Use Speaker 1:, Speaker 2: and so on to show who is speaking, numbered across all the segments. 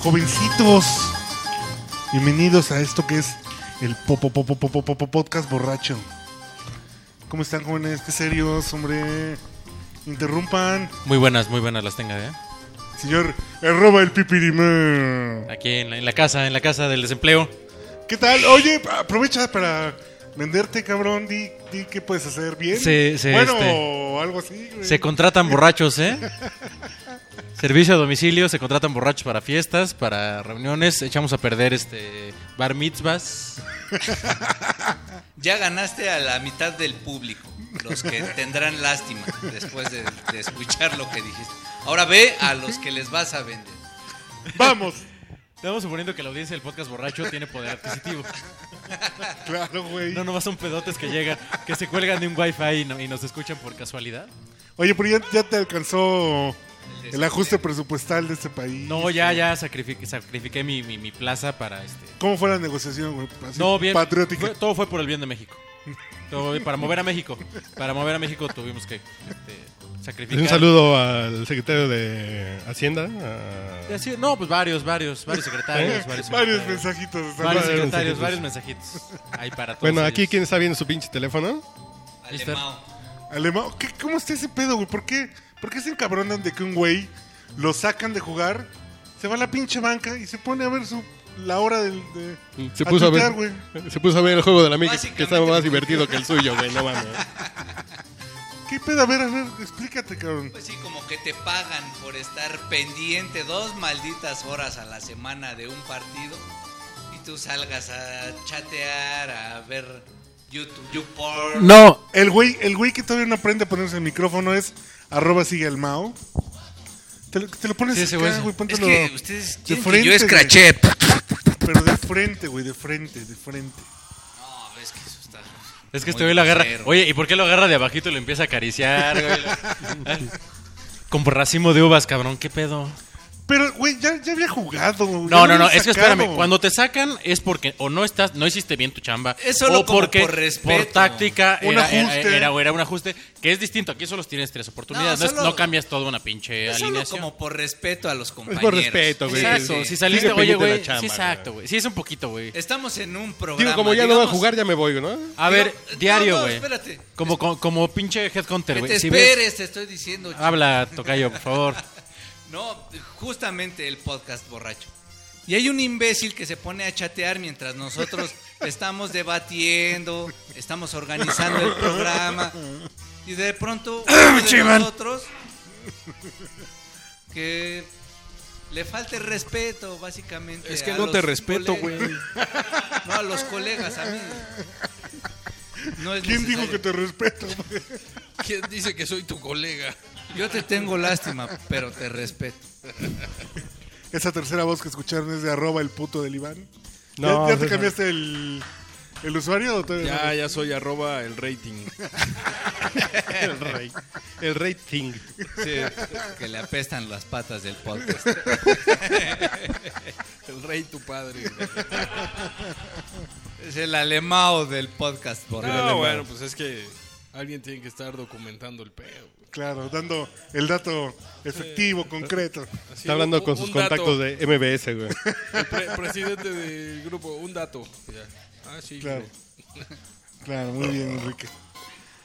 Speaker 1: Jovencitos, bienvenidos a esto que es el Popo Popo Popo Popo Podcast Borracho. ¿Cómo están, jóvenes? ¿Qué serios, hombre? Interrumpan.
Speaker 2: Muy buenas, muy buenas las tenga, ¿eh?
Speaker 1: Señor, arroba el pipirimán.
Speaker 2: Aquí en la, en la casa, en la casa del desempleo.
Speaker 1: ¿Qué tal? Oye, pa- aprovecha para venderte, cabrón. Di, di qué puedes hacer bien.
Speaker 2: Se- se,
Speaker 1: bueno,
Speaker 2: este,
Speaker 1: algo así. güey.
Speaker 2: Se contratan borrachos, ¿eh? Servicio a domicilio, se contratan borrachos para fiestas, para reuniones, echamos a perder este bar mitzvahs.
Speaker 3: Ya ganaste a la mitad del público, los que tendrán lástima después de, de escuchar lo que dijiste. Ahora ve a los que les vas a vender.
Speaker 1: Vamos.
Speaker 2: Estamos suponiendo que la audiencia del podcast borracho tiene poder adquisitivo.
Speaker 1: Claro, güey.
Speaker 2: No nomás son pedotes que llegan, que se cuelgan de un wifi y, no- y nos escuchan por casualidad.
Speaker 1: Oye, pero ya, ya te alcanzó
Speaker 3: El
Speaker 1: el ajuste presupuestal de este país.
Speaker 2: No, ya, ya sacrifiqué, sacrifiqué mi, mi- mi plaza para este.
Speaker 1: ¿Cómo fue la negociación, güey? Así,
Speaker 2: No, bien.
Speaker 1: Patriótica.
Speaker 2: fue- todo fue por el bien de México. Todo bien, para mover a México. Para mover a México tuvimos que este, sacrificar.
Speaker 4: Un saludo al secretario de Hacienda. a-
Speaker 2: Y así- no, pues varios, varios, varios secretarios. Varios,
Speaker 1: Varios,
Speaker 2: secretarios,
Speaker 1: mensajitos. están
Speaker 2: Varios
Speaker 1: varios.
Speaker 2: secretarios, varios mensajitos. Ahí para todos.
Speaker 4: Bueno,
Speaker 2: ellos.
Speaker 4: aquí quien está viendo su pinche teléfono.
Speaker 3: Alemao.
Speaker 1: Alemán, ¿qué- ¿cómo está ese pedo, güey? ¿Por qué, ¿Por qué se encabronan de que un güey lo sacan de jugar, se va a la pinche banca y se pone a ver su la hora del... de-
Speaker 4: Mm, Se puso a,
Speaker 1: tuitear,
Speaker 4: ver, se puso a ver el juego de la amiga que
Speaker 3: Básicamente.
Speaker 4: estaba más divertido que el suyo, güey. No mames.
Speaker 1: ¿Qué pedo? A ver, a ver, explícate, cabrón.
Speaker 3: Pues sí, como que te pagan por estar pendiente dos malditas horas a la semana de un partido y tú salgas a chatear, a ver YouTube, YouPorn.
Speaker 2: No,
Speaker 1: El güey, el güey que todavía no aprende a ponerse el micrófono es arroba sigue el Mao. Te, lo- te lo pones
Speaker 2: Sí, ese
Speaker 1: acá,
Speaker 2: güey.
Speaker 1: güey,
Speaker 3: Es
Speaker 1: póntelo,
Speaker 3: que ustedes quieren que
Speaker 1: frente,
Speaker 3: yo
Speaker 1: güey.
Speaker 3: escraché.
Speaker 1: pero de frente, güey, de frente, de frente.
Speaker 3: No, es que eso está.
Speaker 2: es que
Speaker 3: muy
Speaker 2: este güey lo agarra.
Speaker 3: grosero.
Speaker 2: Oye, ¿y por qué lo agarra de abajito y lo empieza a acariciar, güey? Con racimo de uvas, cabrón, ¿qué pedo?
Speaker 1: Pero, güey, ya, ya había jugado.
Speaker 3: Pues
Speaker 1: ya lo
Speaker 2: No, no, no,
Speaker 1: había
Speaker 2: es que
Speaker 1: sacado.
Speaker 2: espérame, cuando te sacan es porque o no estás, no hiciste bien tu chamba,
Speaker 3: Es solo
Speaker 2: o
Speaker 3: como
Speaker 2: porque
Speaker 3: por respeto.
Speaker 2: táctica
Speaker 1: Un
Speaker 2: era, era,
Speaker 1: ajuste.
Speaker 2: era- era un ajuste, que es distinto, aquí solo tienes tres oportunidades, no,
Speaker 3: No,
Speaker 2: es-
Speaker 3: solo-
Speaker 2: no cambias toda una pinche
Speaker 3: Es solo
Speaker 2: alineación.
Speaker 3: como por respeto a los
Speaker 4: Es
Speaker 3: compañeros.
Speaker 4: por respeto, güey.
Speaker 2: Exacto,
Speaker 4: Sí.
Speaker 2: si saliste,
Speaker 4: Sigue
Speaker 2: oye,
Speaker 4: pendiente de la
Speaker 2: güey,
Speaker 4: chamba,
Speaker 2: sí, exacto, güey, sí es un poquito, güey.
Speaker 3: Estamos en un programa.
Speaker 4: Digo, como ya no va a
Speaker 3: digamos,
Speaker 4: jugar, ya me voy, ¿no?
Speaker 2: A ver,
Speaker 3: no,
Speaker 2: diario,
Speaker 3: no,
Speaker 2: güey,
Speaker 3: espérate.
Speaker 2: como, como, como pinche headhunter,
Speaker 3: Que
Speaker 2: güey,
Speaker 3: te
Speaker 2: si ves-
Speaker 3: esperes, te estoy diciendo.
Speaker 2: habla, tocayo, por favor. Pues
Speaker 3: No, justamente el podcast borracho. Y hay un imbécil que se pone a chatear mientras nosotros estamos debatiendo, estamos organizando el programa. Y de pronto uno de nosotros que le falta el respeto, básicamente.
Speaker 5: Es que
Speaker 3: a
Speaker 5: no
Speaker 3: los
Speaker 5: te respeto,
Speaker 3: colegas.
Speaker 5: güey.
Speaker 3: No, a los colegas, a mí. No es
Speaker 1: ¿Quién dijo
Speaker 3: necesario.
Speaker 1: que te respeto? güey?
Speaker 5: ¿Quién dice que soy tu colega?
Speaker 3: Yo te tengo lástima, pero te respeto.
Speaker 1: Esa tercera voz que escucharon es de arroba el puto del Iván.
Speaker 4: No,
Speaker 1: ¿Ya, ya te
Speaker 4: César.
Speaker 1: cambiaste el, el usuario o todavía no?
Speaker 5: Ah, Ya, ya soy arroba el rating.
Speaker 4: El rey. El rey Ting.
Speaker 3: Que le apestan las patas del podcast.
Speaker 5: El rey tu padre.
Speaker 3: Es el alemao del podcast, por
Speaker 5: No, bueno, pues es que alguien tiene que estar documentando el pedo.
Speaker 1: Claro, dando el dato efectivo, concreto.
Speaker 5: Así,
Speaker 4: Está hablando
Speaker 5: un-
Speaker 4: con sus
Speaker 5: un dato.
Speaker 4: contactos de MBS, güey.
Speaker 5: El pre- presidente del grupo, un dato. Ya. Ah, sí.
Speaker 1: Claro.
Speaker 5: güey.
Speaker 1: Claro, muy bien, Enrique.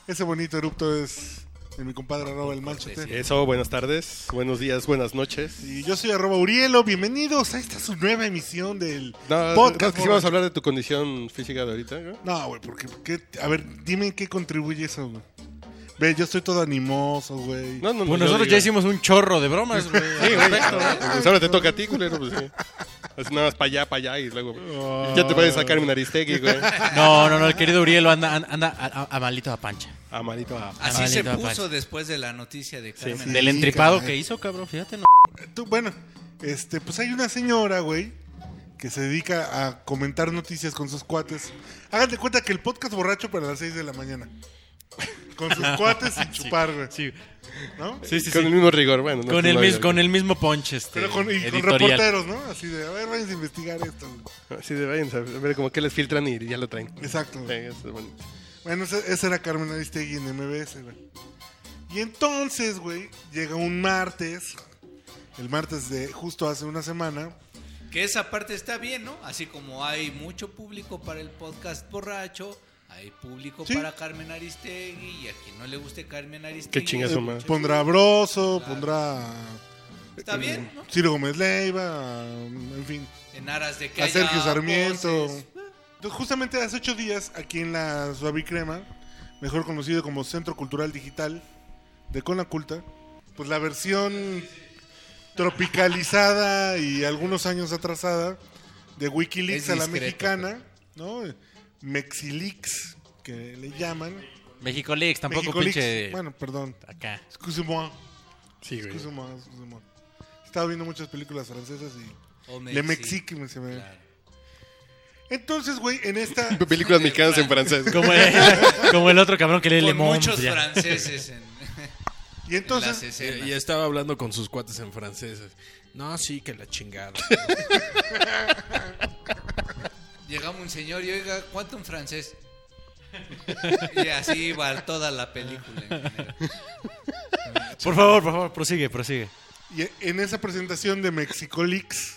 Speaker 1: Ese bonito erupto es de mi compadre arroba el manchete.
Speaker 4: Eso, buenas tardes, buenos días, buenas noches.
Speaker 1: Y yo soy arroba Urielo, bienvenidos a esta su nueva emisión del
Speaker 4: No, no,
Speaker 1: podcast.
Speaker 4: que sí vamos a hablar de tu condición física de ahorita, güey.
Speaker 1: No, güey, porque, porque- a ver, dime en qué contribuye eso, güey. Ve, yo estoy todo animoso, güey.
Speaker 4: No, no, no,
Speaker 2: Pues
Speaker 4: yo
Speaker 2: nosotros
Speaker 4: digo-
Speaker 2: ya hicimos un chorro de bromas, güey.
Speaker 4: Sí, güey. Pues ahora te toca a ti, culero. Pues, sí. Así nada más para allá, para allá y luego. Ya te puedes sacar mi naristegui, güey.
Speaker 2: No, no, no, el querido Urielo anda, anda, anda a, a- a malito a pancha.
Speaker 4: Amarito. a-
Speaker 3: Así
Speaker 2: Maldito
Speaker 3: se
Speaker 2: apache.
Speaker 3: puso después de la noticia de Carmen.
Speaker 1: Sí,
Speaker 2: Del entripado
Speaker 1: caray.
Speaker 2: que hizo, cabrón, fíjate, no.
Speaker 1: Tú, bueno, este, pues hay una señora, güey, que se dedica a comentar noticias con sus cuates. Háganse cuenta que el podcast borracho para las 6 de la mañana. Con sus cuates sin chupar, güey.
Speaker 2: Sí,
Speaker 1: ¿No?
Speaker 2: sí, sí.
Speaker 4: con
Speaker 2: sí.
Speaker 4: el mismo rigor, bueno. no,
Speaker 2: Con,
Speaker 4: no
Speaker 2: el,
Speaker 4: había-
Speaker 2: mis- con el mismo punch este,
Speaker 1: Pero con, y con
Speaker 2: editorial.
Speaker 1: reporteros, ¿no? Así de, a ver, vayan a investigar esto. güey.
Speaker 4: Así de vayan a ver como que les filtran y ya lo traen.
Speaker 1: Exacto.
Speaker 4: Sí, eso es bonito.
Speaker 1: Bueno, ese- esa era Carmen Aristegui en MBS, güey. Y entonces, güey, llega un martes, el martes de justo hace una semana,
Speaker 3: Que esa parte está bien, ¿no? Así como hay mucho público para el podcast borracho, hay público
Speaker 1: Sí.
Speaker 3: para Carmen Aristegui y a quien no le guste Carmen Aristegui. pues,
Speaker 4: Qué chingas,
Speaker 1: eh,
Speaker 4: madre.
Speaker 1: pondrá a Broso, pondrá a
Speaker 3: Está bien, ¿no?
Speaker 1: Ciro Gómez Leiva, a- en fin,
Speaker 3: En aras de que
Speaker 1: a
Speaker 3: haya
Speaker 1: Sergio Sarmiento.
Speaker 3: voces.
Speaker 1: Entonces, Justamente hace ocho días, aquí en la Suavicrema, mejor conocido como Centro Cultural Digital de Conaculta, pues la versión tropicalizada y algunos años atrasada de Wikileaks
Speaker 3: Es
Speaker 1: a la
Speaker 3: discreto,
Speaker 1: mexicana, ¿no? Mexileaks, que le llaman.
Speaker 2: México Leaks, tampoco
Speaker 1: Mexicoleaks.
Speaker 2: pinche.
Speaker 1: Bueno, perdón.
Speaker 2: Acá.
Speaker 1: Excusez-moi,
Speaker 4: Sí, güey.
Speaker 1: excusez-moi, excusez-moi. Estaba viendo muchas películas francesas y...
Speaker 3: O
Speaker 1: Le
Speaker 3: Mexi.
Speaker 1: Mexique, me- se me-
Speaker 3: Claro.
Speaker 1: Entonces, güey, en esta...
Speaker 4: Películas mexicanas en francés.
Speaker 2: Como el, como el otro cabrón que lee
Speaker 3: Con
Speaker 2: Le Monde,
Speaker 3: muchos
Speaker 2: ya.
Speaker 3: franceses en, en
Speaker 1: Y entonces...
Speaker 3: las escenas.
Speaker 5: Y, y estaba hablando con sus cuates en francés. No, sí, que la chingada.
Speaker 3: Llegamos un señor y oiga, ¿cuánto un francés? y así va toda la película. en general.
Speaker 2: Por favor, por favor, prosigue, prosigue.
Speaker 1: Y en esa presentación de Mexicolix,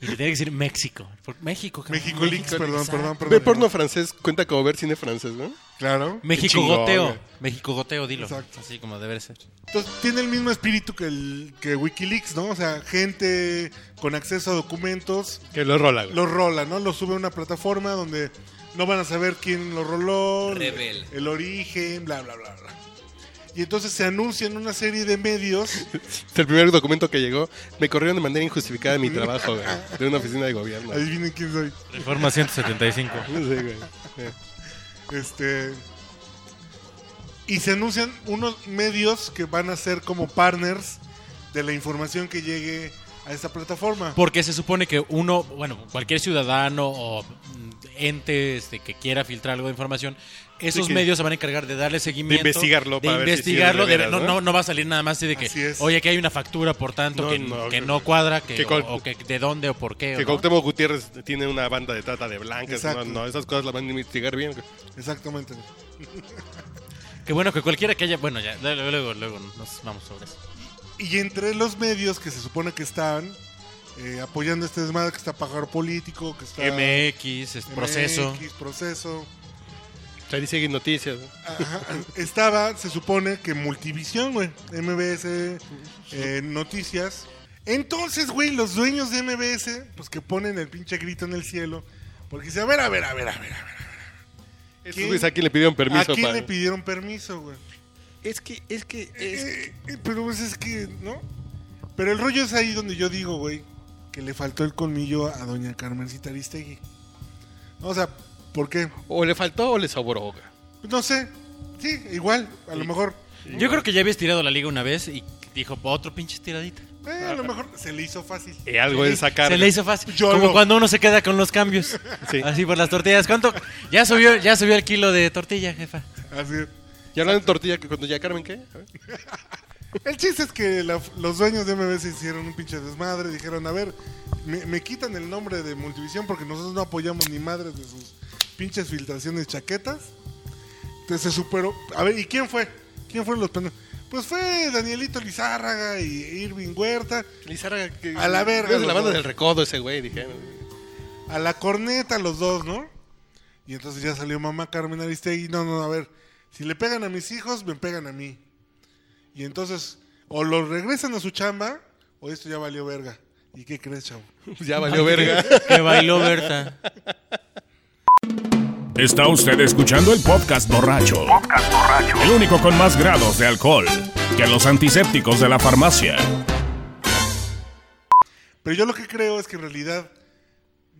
Speaker 2: Y que tiene que decir México. Por- México, cabrón.
Speaker 1: Mexicolix,
Speaker 2: ah.
Speaker 1: perdón, perdón, perdón.
Speaker 4: Ver porno francés cuenta como ver cine francés, ¿no?
Speaker 1: Claro.
Speaker 2: México
Speaker 4: chingón,
Speaker 2: goteo.
Speaker 4: güey.
Speaker 2: México goteo, dilo.
Speaker 1: Exacto.
Speaker 2: Así como debe ser.
Speaker 1: Entonces tiene el mismo espíritu que el que Wikileaks, ¿no? O sea, gente con acceso a documentos
Speaker 4: Que lo rola, güey.
Speaker 1: lo rola, ¿no? Lo sube a una plataforma donde no van a saber quién lo roló,
Speaker 3: Revela.
Speaker 1: el origen, bla, bla, bla, bla. Y entonces se anuncia en una serie de medios
Speaker 4: El primer documento que llegó, me corrieron de manera injustificada de mi trabajo, güey. De una oficina de gobierno. Sí,
Speaker 1: Adivinen quién soy.
Speaker 2: Reforma 175.
Speaker 4: güey.
Speaker 1: Este. Y se anuncian unos medios que van a ser como partners de la información que llegue a esta plataforma.
Speaker 2: Porque se supone que uno, bueno, cualquier ciudadano o mm, ente este, que quiera filtrar algo de información, esos
Speaker 4: que-
Speaker 2: medios se van a encargar de darle seguimiento.
Speaker 4: De investigarlo
Speaker 2: de
Speaker 4: para ver si
Speaker 2: investigarlo,
Speaker 4: sí es de
Speaker 2: de- no,
Speaker 4: veras,
Speaker 2: no,
Speaker 4: ¿no?
Speaker 2: no va a salir nada más así de que,
Speaker 1: Así es.
Speaker 2: oye, que hay una factura, por tanto,
Speaker 4: No,
Speaker 2: que,
Speaker 4: no,
Speaker 2: que
Speaker 4: que-
Speaker 2: no cuadra, que,
Speaker 4: que
Speaker 2: o-
Speaker 4: col-
Speaker 2: o, que de dónde o por qué. o
Speaker 4: Que
Speaker 2: no.
Speaker 4: Cuauhtémoc Gutiérrez tiene una banda de trata de blancas.
Speaker 1: Exacto.
Speaker 4: No, no, esas cosas las van a investigar bien. güey.
Speaker 1: Exactamente.
Speaker 2: Que bueno, que cualquiera que haya, bueno, ya, luego, luego, luego nos vamos sobre eso.
Speaker 1: Y entre los medios que se supone que están eh, apoyando este desmadre, que está Pájaro Político, que
Speaker 4: Ah,
Speaker 1: está.
Speaker 2: MX, es
Speaker 1: MX,
Speaker 2: proceso.
Speaker 1: proceso.
Speaker 4: Ahí sigue noticias. güey.
Speaker 1: Ajá. Estaba, se supone que Multivisión, güey. MBS eh, Noticias. Entonces, güey, los dueños de MBS, pues que ponen el pinche grito en el cielo. Porque dice, a ver, a ver, a ver, a ver. A, ver,
Speaker 4: Estos
Speaker 1: ¿Quién?
Speaker 4: güeyes a quién le pidieron
Speaker 1: ¿A
Speaker 4: permiso
Speaker 1: quién
Speaker 4: para.
Speaker 1: le pidieron permiso, güey?
Speaker 4: Es que, es que,
Speaker 1: Eh, eh, pero pues es que, ¿no? Pero el rollo es ahí donde yo digo, güey, que le faltó el colmillo a doña Carmencita Aristegui. O sea, ¿por qué?
Speaker 4: O le faltó o le sobró, güey.
Speaker 1: No sé. Sí, igual, a lo mejor.
Speaker 2: Yo creo que ya habías tirado la liga una vez y dijo, otro pinche tiradita.
Speaker 1: eh, a lo mejor se le hizo fácil.
Speaker 4: Y Eh, algo es sacar.
Speaker 2: Se le hizo fácil.
Speaker 1: Yo
Speaker 2: Como
Speaker 1: lo-
Speaker 2: cuando uno se queda con los cambios.
Speaker 4: Sí.
Speaker 2: Así por las tortillas. ¿Cuánto? Ya subió, ya subió el kilo de tortilla, jefa.
Speaker 1: Así es.
Speaker 4: Y hablando de tortilla, que cuando ya Carmen, ¿qué? A ver.
Speaker 1: El chiste es que la- los dueños de MBS hicieron un pinche desmadre. Dijeron, a ver, me, me quitan el nombre de Multivisión porque nosotros no apoyamos ni madres de sus pinches filtraciones chaquetas. Entonces se superó. A ver, ¿y quién fue? ¿Quién fueron los pendejos? Pues fue Danielito Lizárraga y Irving Huerta.
Speaker 4: Lizarra, que-
Speaker 1: A la verga,
Speaker 4: Es de la
Speaker 1: los
Speaker 4: banda
Speaker 1: dos.
Speaker 4: del recodo ese güey, dijeron.
Speaker 1: A la corneta los dos, ¿no? Y entonces ya salió mamá Carmen Aristegui. No, no, a ver. Si le pegan a mis hijos, me pegan a mí. Y entonces, o los regresan a su chamba, o esto ya valió verga. ¿Y qué crees, chavo?
Speaker 4: pues Ya valió verga.
Speaker 2: Que bailó Berta.
Speaker 6: Está usted escuchando el podcast borracho. El único con más grados de alcohol que los antisépticos de la farmacia.
Speaker 1: Pero yo lo que creo es que en realidad,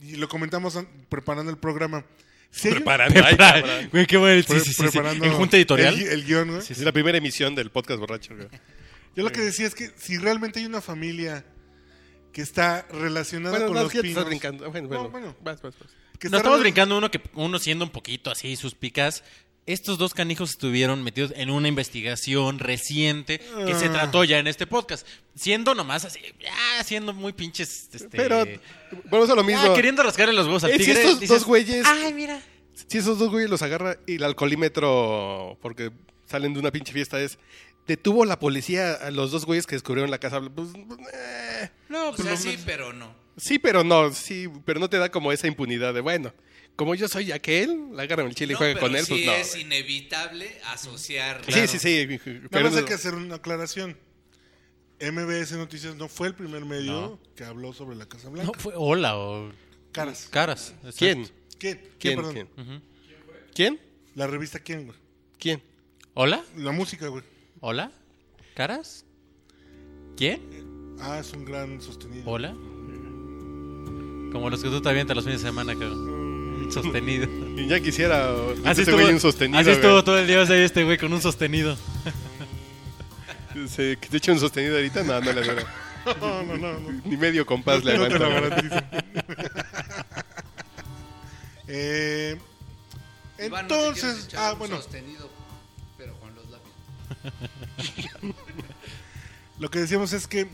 Speaker 1: y lo comentamos an- preparando el programa, si hay un-
Speaker 4: Preparando. ay, cabrón.
Speaker 2: Güey, qué bueno. Sí,
Speaker 1: pre-
Speaker 2: sí, sí, sí.
Speaker 1: preparando
Speaker 2: En junta editorial.
Speaker 1: El, gui- el guión, güey.
Speaker 4: Es la primera emisión del podcast borracho, güey.
Speaker 1: Yo lo que decía es que si realmente hay una familia que está relacionada
Speaker 4: Bueno,
Speaker 1: con
Speaker 4: no,
Speaker 1: los
Speaker 4: ya te estás
Speaker 1: pinos...
Speaker 4: brincando. Bueno, bueno.
Speaker 1: No, bueno.
Speaker 4: Vas, vas, vas.
Speaker 1: que está
Speaker 2: Nos estamos
Speaker 1: rela-
Speaker 2: brincando uno que uno siendo un poquito así, sus picas. Estos dos canijos estuvieron metidos en una investigación reciente que se
Speaker 1: Ah.
Speaker 2: trató ya en este podcast. Siendo nomás así, ah, siendo muy pinches. Este,
Speaker 4: Pero volvemos a lo mismo.
Speaker 2: ah, queriendo rascarle los huevos al
Speaker 4: Eh, si
Speaker 2: tigre.
Speaker 4: estos
Speaker 2: dices,
Speaker 4: dos güeyes-
Speaker 2: Ay, mira.
Speaker 4: Si esos dos güeyes los agarra y el alcoholímetro, porque salen de una pinche fiesta, es. Detuvo la policía a los dos güeyes que descubrieron la casa. Pues, eh,
Speaker 2: No,
Speaker 3: O
Speaker 2: pues
Speaker 3: sea,
Speaker 2: no
Speaker 3: sí,
Speaker 2: mames.
Speaker 3: pero no.
Speaker 4: sí, pero no, sí, pero no te da como esa impunidad de, bueno, como yo soy aquel, agárrame el
Speaker 3: No,
Speaker 4: chile y juega
Speaker 3: pero
Speaker 4: con él,
Speaker 3: sí
Speaker 4: pues no.
Speaker 3: es
Speaker 4: güey.
Speaker 3: inevitable asociar.
Speaker 4: Sí, sí, sí.
Speaker 1: Nada
Speaker 4: Pero
Speaker 1: más hay que hacer una aclaración. MBS Noticias no fue el primer medio que habló sobre la Casa Blanca.
Speaker 2: No, fue hola o
Speaker 1: Caras.
Speaker 2: caras. exacto.
Speaker 4: ¿Quién?
Speaker 1: ¿Quién? ¿Quién,
Speaker 4: ¿Quién?
Speaker 1: perdón?
Speaker 4: ¿Quién? ¿Quién?
Speaker 1: La revista ¿Quién, güey?
Speaker 4: ¿Quién?
Speaker 2: ¿Hola?
Speaker 1: La música, güey.
Speaker 2: ¿Hola? ¿Caras? ¿Quién?
Speaker 1: Ah, es un gran sostenido.
Speaker 2: ¿Hola? Como los que tú también te los fines de semana, cabrón. Sostenido.
Speaker 4: Y Ya quisiera o-
Speaker 1: Ah,
Speaker 2: Así
Speaker 4: ese
Speaker 2: estuvo,
Speaker 4: güey un sostenido.
Speaker 2: así estuvo
Speaker 4: güey.
Speaker 2: todo el día o sea, este güey con un sostenido.
Speaker 4: Se- que te eche un sostenido ahorita, no, no le agarra.
Speaker 1: No, no, no. no.
Speaker 4: Ni medio compás le
Speaker 1: No te
Speaker 4: aguanta.
Speaker 1: lo
Speaker 4: güey.
Speaker 1: garantizo. Eh,
Speaker 3: Iván, no te quieres
Speaker 1: entonces,
Speaker 3: echar
Speaker 1: ah,
Speaker 3: un
Speaker 1: bueno,
Speaker 3: Sostenido, pero con los labios.
Speaker 1: lo que decíamos es que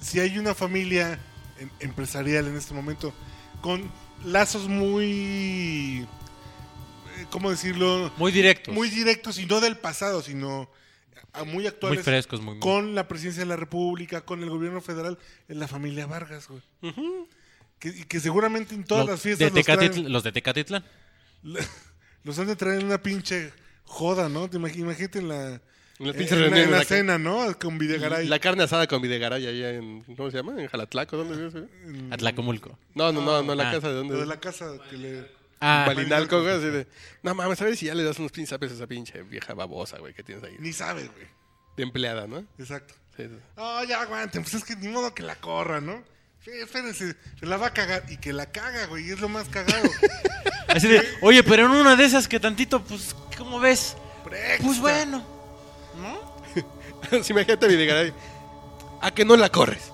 Speaker 1: si hay una familia em- empresarial en este momento con lazos muy, eh, ¿cómo decirlo?
Speaker 2: Muy directo.
Speaker 1: Muy directos y no del pasado, sino a- muy actuales.
Speaker 2: Muy frescos, muy- muy-
Speaker 1: Con la presidencia de la República, con el gobierno federal, es la familia Vargas, güey. que, y que seguramente en todas
Speaker 2: Los
Speaker 1: las fiestas
Speaker 2: de
Speaker 1: los, traen-
Speaker 2: Tecatitl- los de Tecatitlán.
Speaker 1: los han de traer en una pinche joda, ¿no? Te imag- imagínate en la, eh,
Speaker 4: En la pinche
Speaker 1: en la-
Speaker 4: reunión,
Speaker 1: en
Speaker 4: en
Speaker 1: la
Speaker 4: la que-
Speaker 1: cena, ¿no? Con Videgaray.
Speaker 4: La carne asada con Videgaray allá en. ¿Cómo se llama? ¿En Jalatlaco? ¿Dónde vives? güey?
Speaker 1: Mm.
Speaker 2: Atlacomulco.
Speaker 4: No, no, no, no, en la
Speaker 2: Ah.
Speaker 4: casa de
Speaker 1: Lo
Speaker 4: dónde.
Speaker 1: de la casa que le...
Speaker 2: Ah,
Speaker 4: Balinalco, güey, así de. No mames, a ver si ya le das unos pinzapes a esa pinche vieja babosa, güey, que tienes ahí.
Speaker 1: Ni sabe, güey.
Speaker 4: De empleada, ¿no?
Speaker 1: Exacto.
Speaker 4: Sí, sí.
Speaker 1: No, ya aguanten. Pues es que ni modo que la corra, ¿no? Sí, espérense. Se la va a cagar. Y que la caga, güey. y Es lo más cagado.
Speaker 2: así de, oye, pero en una de esas que tantito, pues, ¿cómo ves?
Speaker 1: Prex.
Speaker 2: Pues bueno.
Speaker 4: Sí, imagínate a Videgaray. ¿A que no la corres?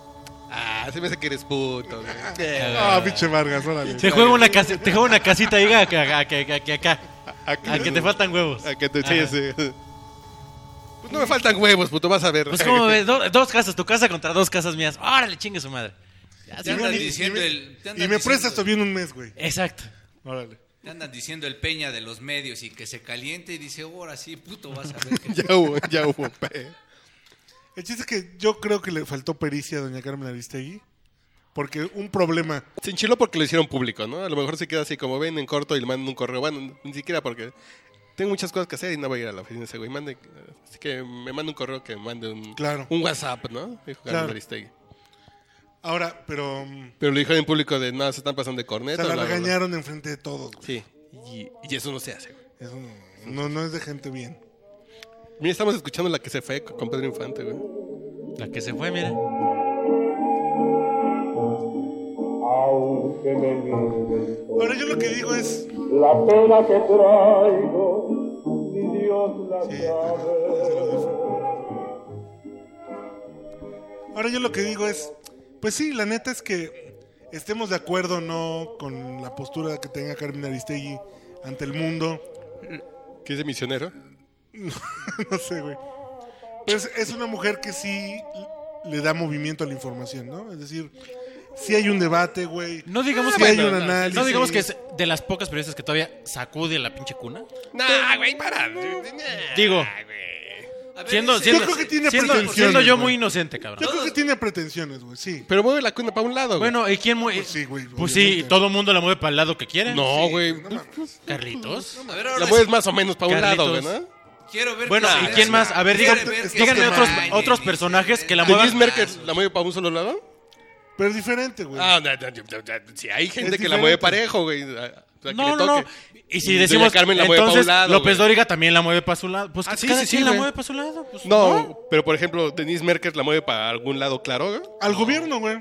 Speaker 4: Ah, se me hace que eres puto, güey. Eh,
Speaker 1: Ah, pinche Vargas, órale.
Speaker 2: Se juega una, casi- te juega una casita ahí a, a- a- a- a- acá.
Speaker 4: A,
Speaker 2: A que te faltan huevos.
Speaker 4: A que te
Speaker 2: Ajá.
Speaker 4: sí, sí. Pues no me faltan huevos, puto, vas a ver.
Speaker 2: Pues como ves, Do- dos casas, tu casa contra dos casas mías. Órale, chingue su madre. Ya,
Speaker 3: Te
Speaker 2: sí.
Speaker 3: andan
Speaker 1: Y- y-
Speaker 3: diciendo
Speaker 1: y-
Speaker 3: el.
Speaker 1: Y
Speaker 3: te andan
Speaker 1: me
Speaker 3: diciendo-
Speaker 1: prestas todavía un mes, güey.
Speaker 2: Exacto.
Speaker 1: Órale.
Speaker 3: Te andan diciendo el peña de los medios y que se caliente y dice, ahora sí, puto, vas a ver. que-".
Speaker 4: Ya hubo, ya hubo. pe.
Speaker 1: El chiste es que yo creo que le faltó pericia a doña Carmen Aristegui. Porque un problema.
Speaker 4: Se enchiló porque lo hicieron público, ¿no? A lo mejor se queda así como ven en corto y le mandan un correo. Bueno, ni siquiera porque tengo muchas cosas que hacer y no voy a ir a la oficina ese güey. Mande, así que me manda un correo que me mande un,
Speaker 1: Claro.
Speaker 4: un WhatsApp, ¿no? Dijo Carlos
Speaker 1: Claro.
Speaker 4: Aristegui.
Speaker 1: Ahora, pero. mm,
Speaker 4: Pero lo dijeron en público de, no, se están pasando de
Speaker 1: O
Speaker 4: corneta.
Speaker 1: sea, la
Speaker 4: bla, bla, bla".
Speaker 1: regañaron enfrente de todos, güey.
Speaker 4: Sí. Y, y eso no se hace, güey.
Speaker 1: Eso no, no, no es de gente bien.
Speaker 4: Mira, estamos escuchando la que se fue con Pedro Infante, güey.
Speaker 2: La que se fue, mira.
Speaker 7: aunque me miren
Speaker 1: Ahora yo lo que digo es.
Speaker 7: la pena que traigo, ni Dios la
Speaker 1: Sí,
Speaker 7: sabe.
Speaker 1: se lo Ahora yo lo que digo es, pues sí, la neta es que estemos de acuerdo o no con la postura que tenga Carmen Aristegui ante el mundo,
Speaker 4: Que es de misionero.
Speaker 1: no sé, güey. Pues es una mujer que sí le da movimiento a la información, ¿no? Es decir, sí hay un debate, güey.
Speaker 2: No digamos
Speaker 1: sí
Speaker 2: que-
Speaker 1: hay
Speaker 2: no,
Speaker 1: un
Speaker 2: no,
Speaker 1: análisis.
Speaker 2: No digamos que es de las pocas periodistas que todavía sacude la pinche cuna.
Speaker 4: Nah, güey, para.
Speaker 2: Digo,
Speaker 3: A ver,
Speaker 2: siendo,
Speaker 3: dice-
Speaker 2: siendo,
Speaker 1: Yo creo que tiene
Speaker 2: siendo-
Speaker 1: pretensiones,
Speaker 2: siendo yo
Speaker 1: güey.
Speaker 2: muy inocente, cabrón.
Speaker 1: Yo creo que tiene pretensiones, güey, sí.
Speaker 4: Pero mueve la cuna para un lado, güey.
Speaker 2: Bueno, ¿y quién mueve?
Speaker 1: Pues sí, güey,
Speaker 2: Pues
Speaker 1: obviamente.
Speaker 2: sí, todo el mundo la mueve para el lado que quiere.
Speaker 4: no, güey.
Speaker 2: Carlitos.
Speaker 3: A ver,
Speaker 4: la
Speaker 3: ahora
Speaker 4: mueves
Speaker 3: sí,
Speaker 4: más o menos para un lado, güey,
Speaker 2: Carlitos.
Speaker 4: ¿no?
Speaker 3: quiero ver.
Speaker 2: Bueno,
Speaker 3: que
Speaker 2: ¿y
Speaker 3: se-
Speaker 2: quién más? A ver,
Speaker 3: Quiero
Speaker 2: digan-
Speaker 3: ver que
Speaker 2: díganme
Speaker 3: se
Speaker 2: otros-
Speaker 3: bañen,
Speaker 2: otros
Speaker 3: ni
Speaker 2: personajes
Speaker 3: se
Speaker 2: que la
Speaker 3: den
Speaker 4: ¿Denise
Speaker 2: muevan-
Speaker 4: Merkel
Speaker 3: brazos.
Speaker 4: la mueve para un solo lado?
Speaker 1: Pero es diferente, güey.
Speaker 4: Ah, no, no, no, no, no, si hay gente
Speaker 1: Es
Speaker 4: que la mueve
Speaker 1: diferente.
Speaker 4: parejo, güey. o sea, que
Speaker 2: No,
Speaker 4: le
Speaker 2: no, no.
Speaker 4: toque.
Speaker 2: Y
Speaker 4: Y
Speaker 2: si
Speaker 4: doña
Speaker 2: decimos,
Speaker 4: Carmen la mueve pa' un
Speaker 2: entonces
Speaker 4: lado,
Speaker 2: López
Speaker 4: güey.
Speaker 2: Dóriga también la mueve para su lado. Pues
Speaker 4: Ah, sí,
Speaker 2: cada
Speaker 4: sí, sí,
Speaker 2: quien la
Speaker 4: güey.
Speaker 2: mueve para su lado. Pues,
Speaker 4: No, pero por ejemplo, Denise Merkel la mueve para algún lado claro, güey.
Speaker 1: Al gobierno, güey.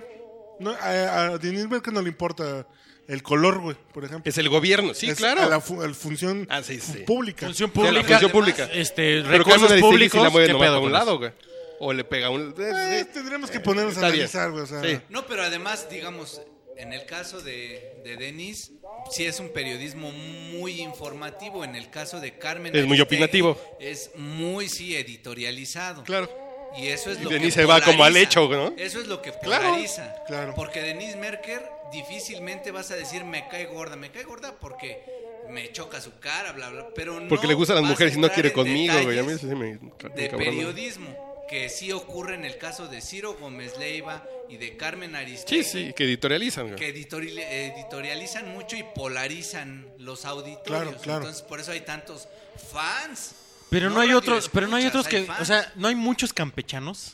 Speaker 1: No, a, a Denise Merkel no le importa el color, güey, por ejemplo.
Speaker 4: Es el gobierno, sí,
Speaker 1: Es
Speaker 4: claro.
Speaker 1: A la, fu- a la función
Speaker 4: Ah, sí, sí.
Speaker 1: pública.
Speaker 2: Función
Speaker 4: Sí, a
Speaker 2: pública.
Speaker 4: la función pública.
Speaker 2: Este,
Speaker 4: Pero Carmen
Speaker 2: recursos
Speaker 4: Aristegui
Speaker 2: públicos.
Speaker 4: sí la mueve
Speaker 2: ¿qué
Speaker 4: nomás
Speaker 2: pedo
Speaker 4: para un
Speaker 2: con eso?
Speaker 4: lado, güey. O le pega un...
Speaker 1: Eh, tendríamos que ponernos a
Speaker 4: está bien.
Speaker 1: analizar, güey. O sea,
Speaker 4: Sí.
Speaker 3: No, pero además, digamos, en el caso de, de Denis, sí es un periodismo muy informativo. En el caso de Carmen.
Speaker 4: Es muy
Speaker 3: Aristegui,
Speaker 4: opinativo.
Speaker 3: Es muy, sí, editorializado.
Speaker 4: Claro.
Speaker 3: Y eso es
Speaker 4: Y
Speaker 3: lo
Speaker 4: Denise
Speaker 3: que
Speaker 4: va como al
Speaker 3: polariza.
Speaker 4: hecho, ¿no?
Speaker 3: Eso es lo que
Speaker 4: Claro,
Speaker 3: polariza.
Speaker 1: claro.
Speaker 3: Porque Denise Merker difícilmente vas a decir me cae gorda, me cae gorda porque me choca su cara, bla bla, pero no
Speaker 4: Porque le gustan las
Speaker 3: vas a
Speaker 4: mujeres y no
Speaker 3: entrar
Speaker 4: quiere
Speaker 3: en
Speaker 4: conmigo, güey. A mí
Speaker 3: detalles
Speaker 4: eso sí me. me
Speaker 3: de
Speaker 4: cabrona.
Speaker 3: periodismo que sí ocurre en el caso de Ciro Gómez Leiva y de Carmen
Speaker 4: Sí,
Speaker 3: Aristegui
Speaker 4: sí, que editorializan, güey.
Speaker 3: que editori- editorializan mucho y polarizan los auditorios.
Speaker 1: Claro, claro.
Speaker 3: Entonces, por eso hay tantos fans.
Speaker 2: Pero no, hay otros,
Speaker 3: radioescuchas,
Speaker 2: pero no hay otros que,
Speaker 3: fans.
Speaker 2: o sea, no hay muchos campechanos.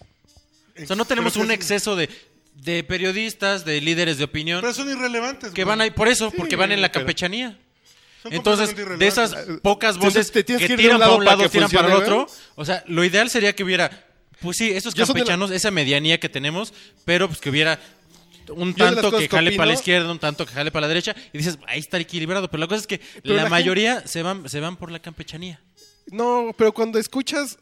Speaker 2: O sea, no tenemos
Speaker 1: Pero
Speaker 2: un
Speaker 1: que es-
Speaker 2: exceso de, de periodistas, de líderes de opinión
Speaker 1: Pero son irrelevantes.
Speaker 2: que
Speaker 1: güey.
Speaker 2: van ahí por eso, porque van en la
Speaker 4: pero-
Speaker 2: campechanía.
Speaker 1: Son
Speaker 2: Entonces,
Speaker 1: completamente
Speaker 2: de esas
Speaker 1: irrelevantes.
Speaker 2: pocas
Speaker 4: Entonces,
Speaker 2: voces
Speaker 4: te
Speaker 2: que
Speaker 4: tienes que ir de
Speaker 2: tiran
Speaker 4: un
Speaker 2: para
Speaker 4: lado
Speaker 2: un
Speaker 4: para
Speaker 2: lado,
Speaker 4: que
Speaker 2: tiran para el
Speaker 4: funcione,
Speaker 2: otro. O sea, lo ideal sería que hubiera, pues sí, esos
Speaker 4: Yo son de la-
Speaker 2: campechanos, esa medianía que tenemos, pero pues que hubiera un
Speaker 4: Yo de las
Speaker 2: tanto
Speaker 4: cosas
Speaker 2: que
Speaker 4: que
Speaker 2: jale para la
Speaker 4: opino-
Speaker 2: izquierda, un tanto que jale para la derecha, y dices, ahí está equilibrado. Pero la cosa es que
Speaker 4: la
Speaker 2: la,
Speaker 4: gente-
Speaker 2: mayoría se van, se van por la campechanía.
Speaker 4: No, pero cuando escuchas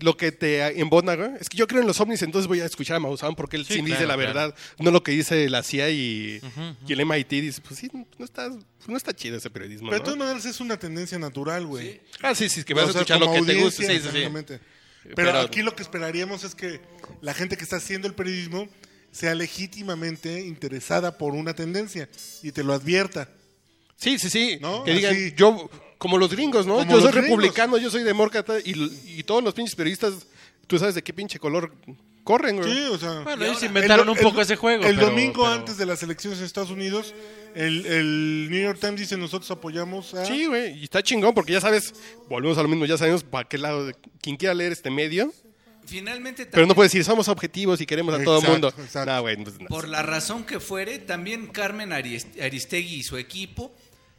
Speaker 4: lo que te embona, güey, es que yo creo en los ovnis, entonces voy a escuchar a Maussan porque él
Speaker 2: Sí,
Speaker 4: sí dice
Speaker 2: claro,
Speaker 4: la
Speaker 2: claro.
Speaker 4: verdad, no lo que dice la CIA y, y el MIT. Dice, pues sí, no está, no está chido ese periodismo.
Speaker 1: Pero de
Speaker 4: ¿no?
Speaker 1: todas maneras es una tendencia natural, güey.
Speaker 4: Ah, sí, sí, es que vas
Speaker 1: O sea,
Speaker 4: a escuchar lo
Speaker 1: como
Speaker 4: que te gusta.
Speaker 1: audiencia,
Speaker 4: Sí, sí, sí.
Speaker 1: exactamente. Pero,
Speaker 4: Pero-
Speaker 1: aquí lo que esperaríamos es que la gente que está haciendo el periodismo sea legítimamente interesada por una tendencia y te lo advierta.
Speaker 4: Sí, sí, sí.
Speaker 1: ¿No?
Speaker 4: Que digan,
Speaker 1: Así.
Speaker 4: yo, como los gringos, ¿no?
Speaker 1: Como
Speaker 4: yo soy
Speaker 1: los gringos.
Speaker 4: republicano, yo soy demócrata y, y todos los pinches periodistas, tú sabes de qué pinche color corren, güey.
Speaker 1: Sí, o sea.
Speaker 2: Bueno,
Speaker 3: Y
Speaker 2: ellos
Speaker 3: ahora-
Speaker 2: inventaron
Speaker 1: El do-
Speaker 2: un poco
Speaker 1: el-
Speaker 2: ese juego.
Speaker 1: El
Speaker 2: pero-
Speaker 1: domingo
Speaker 2: pero-
Speaker 1: antes de las elecciones en Estados Unidos, el, el New York Times dice nosotros apoyamos a...
Speaker 4: Sí, güey, y está chingón porque ya sabes, volvemos a lo mismo, ya sabemos para qué lado, de- quien quiera leer este medio,
Speaker 3: Finalmente,
Speaker 4: pero no
Speaker 3: también,
Speaker 4: puede decir, somos objetivos y queremos a todo el
Speaker 1: Exacto,
Speaker 4: mundo.
Speaker 1: exacto.
Speaker 4: No, güey, pues, no.
Speaker 3: por la razón que fuere, también Carmen Aris- Aristegui y su equipo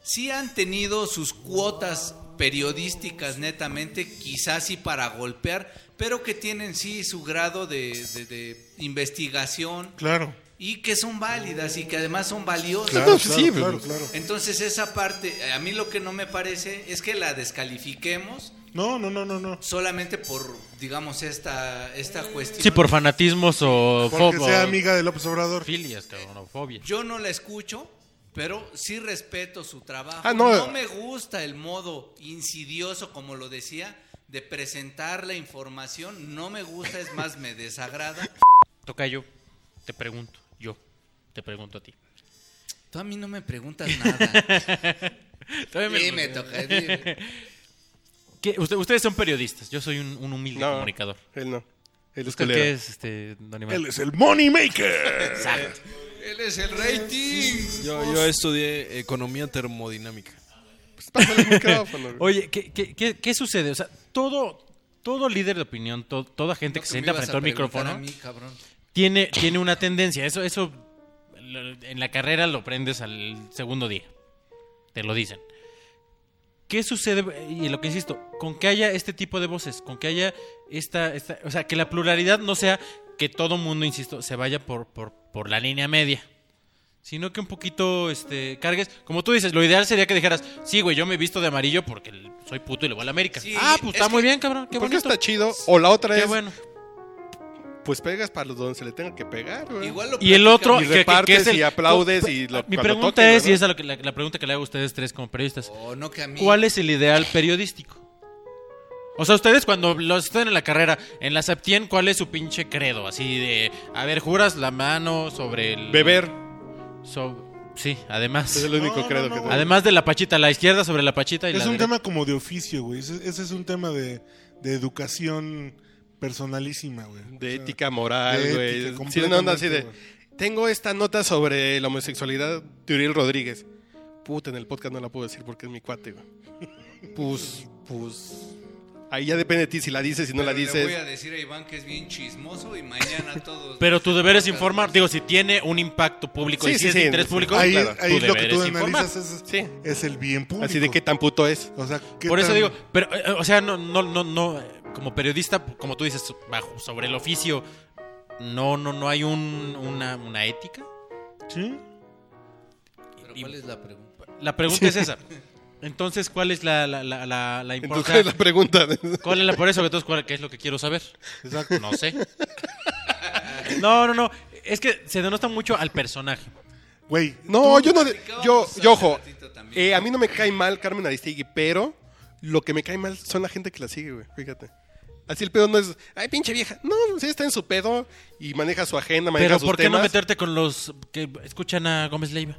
Speaker 3: sí han tenido sus cuotas periodísticas netamente, quizás sí para golpear, pero que tienen sí su grado de, de- de investigación
Speaker 1: Claro.
Speaker 3: y que son válidas y que además son valiosas.
Speaker 1: Claro,
Speaker 4: Sí,
Speaker 1: claro,
Speaker 4: pues.
Speaker 1: claro, claro.
Speaker 3: Entonces esa parte, a mí lo que no me parece es que la descalifiquemos
Speaker 1: No, no, no, no, no.
Speaker 3: solamente por, digamos, esta, esta cuestión.
Speaker 2: Sí, por fanatismos o
Speaker 1: Porque
Speaker 2: fo-
Speaker 1: sea
Speaker 2: o
Speaker 1: amiga de López Obrador.
Speaker 2: filias, cabrón, o fobias.
Speaker 3: Yo no la escucho, pero sí respeto su trabajo.
Speaker 4: Ah, no.
Speaker 3: no. me gusta el modo insidioso, como lo decía, de presentar la información. No me gusta, es más, me desagrada.
Speaker 2: Toca yo, te pregunto, yo, te pregunto a ti.
Speaker 3: Tú a mí no me preguntas nada. Sí, me toca. dime.
Speaker 2: ¿Qué? Usted- ustedes son periodistas, yo soy un, un humilde
Speaker 4: No,
Speaker 2: comunicador.
Speaker 4: Él no. Él es
Speaker 2: ¿Usted
Speaker 4: culero.
Speaker 2: qué es, este, don Iván?
Speaker 1: Él es el money maker.
Speaker 2: Exacto.
Speaker 3: Él es el rating.
Speaker 5: Yo, yo estudié economía termodinámica.
Speaker 4: Pues, pásale el micrófono, güey.
Speaker 2: Oye, ¿qué, qué, qué, qué sucede? O sea, todo, todo líder de opinión, to- toda gente que se sienta frente al micrófono, tiene, tiene una tendencia. Eso, eso lo- en la carrera lo aprendes al segundo día. Te lo dicen. ¿Qué sucede? Y lo que insisto, con que haya este tipo de voces, con que haya esta. esta o sea, que la pluralidad no sea que todo mundo, insisto, se vaya por, por, por la línea media. Sino que un poquito este, cargues. Como tú dices, lo ideal sería que dijeras: Sí, güey, yo me he visto de amarillo porque el- soy puto y le voy a la América.
Speaker 3: Sí,
Speaker 2: ah, pues
Speaker 3: es
Speaker 2: está muy
Speaker 3: que-
Speaker 2: bien, cabrón. Qué
Speaker 4: Porque
Speaker 2: bonito.
Speaker 4: está chido. O la otra
Speaker 2: Qué
Speaker 4: es,
Speaker 2: bueno.
Speaker 4: pues pegas para los donde se le tenga que pegar, güey.
Speaker 3: Igual lo
Speaker 2: Y el otro,
Speaker 4: Y
Speaker 2: que- que-
Speaker 4: repartes
Speaker 2: que es el-
Speaker 4: y aplaudes y lo-
Speaker 2: Mi
Speaker 4: cuando
Speaker 2: pregunta
Speaker 4: toquen,
Speaker 2: es,
Speaker 4: ¿no?
Speaker 2: y esa es la, que- la- la pregunta que le hago a ustedes tres como periodistas.
Speaker 3: Oh, no que a mí.
Speaker 2: ¿Cuál es el ideal periodístico? O sea, ustedes cuando los están en la carrera, en la Septien, ¿cuál es su pinche credo? Así de, a ver, juras la mano sobre el...
Speaker 4: Beber.
Speaker 2: so- sí,
Speaker 4: Es
Speaker 2: además.
Speaker 4: el único
Speaker 1: No, no,
Speaker 4: credo
Speaker 1: no,
Speaker 4: que
Speaker 1: güey.
Speaker 4: tengo.
Speaker 2: Además de la pachita, la izquierda sobre la pachita y
Speaker 1: Es
Speaker 2: la
Speaker 1: un
Speaker 2: derecha.
Speaker 1: tema como de oficio, güey. Ese, ese es un tema de, de educación personalísima, güey. O
Speaker 4: De
Speaker 1: sea,
Speaker 4: ética moral,
Speaker 1: de ética,
Speaker 4: güey. Sí, una onda así de.
Speaker 1: completamente,
Speaker 4: Tengo esta nota sobre la homosexualidad de Uriel Rodríguez. Puta, en el podcast no la puedo decir porque es mi cuate, güey. Pues, pues. Ahí ya depende de ti si la dices, si no
Speaker 3: Pero
Speaker 4: la
Speaker 3: Le voy a
Speaker 4: dices.
Speaker 3: decir a Iván que es bien chismoso y mañana todos.
Speaker 2: Pero tu deber es
Speaker 3: Podcast.
Speaker 2: informar. Digo, si tiene un impacto público y
Speaker 4: Sí,
Speaker 2: si
Speaker 4: sí,
Speaker 2: es
Speaker 4: sí,
Speaker 2: de interés
Speaker 4: sí.
Speaker 2: público,
Speaker 1: Ahí,
Speaker 2: claro,
Speaker 1: ahí
Speaker 2: tu
Speaker 1: lo que
Speaker 2: deber
Speaker 1: tú
Speaker 2: es informar.
Speaker 1: analizas es,
Speaker 4: Sí.
Speaker 1: es el bien público.
Speaker 4: Así de qué tan puto es.
Speaker 1: O sea, ¿qué
Speaker 2: Por eso
Speaker 1: tan-
Speaker 2: digo, pero, eh, o sea, no, no, no, no, eh, como periodista, como tú dices, bajo, sobre el oficio, no, no, no hay un, una, una ética.
Speaker 1: ¿Sí?
Speaker 3: Pero ¿Cuál es la pregunta?
Speaker 2: La pregunta es esa. Entonces, ¿cuál es la, la, la, la, la
Speaker 4: Entonces, ¿cuál es
Speaker 2: importancia?
Speaker 4: la pregunta?
Speaker 2: ¿Cuál es la por eso? Entonces, ¿cuál, ¿qué es lo que quiero saber?
Speaker 1: Exacto.
Speaker 2: No sé. No, no, no. Es que se denota mucho al personaje.
Speaker 1: Güey,
Speaker 4: No, yo no. Yo,
Speaker 3: platicábamos
Speaker 4: yo, ojo.
Speaker 3: hace ratito también.
Speaker 4: eh, a mí no me cae mal Carmen Aristegui, pero lo que me cae mal son la gente que la sigue, güey. Fíjate. Así el pedo no es, ay, pinche vieja. No, sí está en su pedo y maneja su agenda, maneja
Speaker 2: Pero
Speaker 4: sus
Speaker 2: ¿por qué
Speaker 4: temas.
Speaker 2: no meterte con los que escuchan a Gómez Leiva?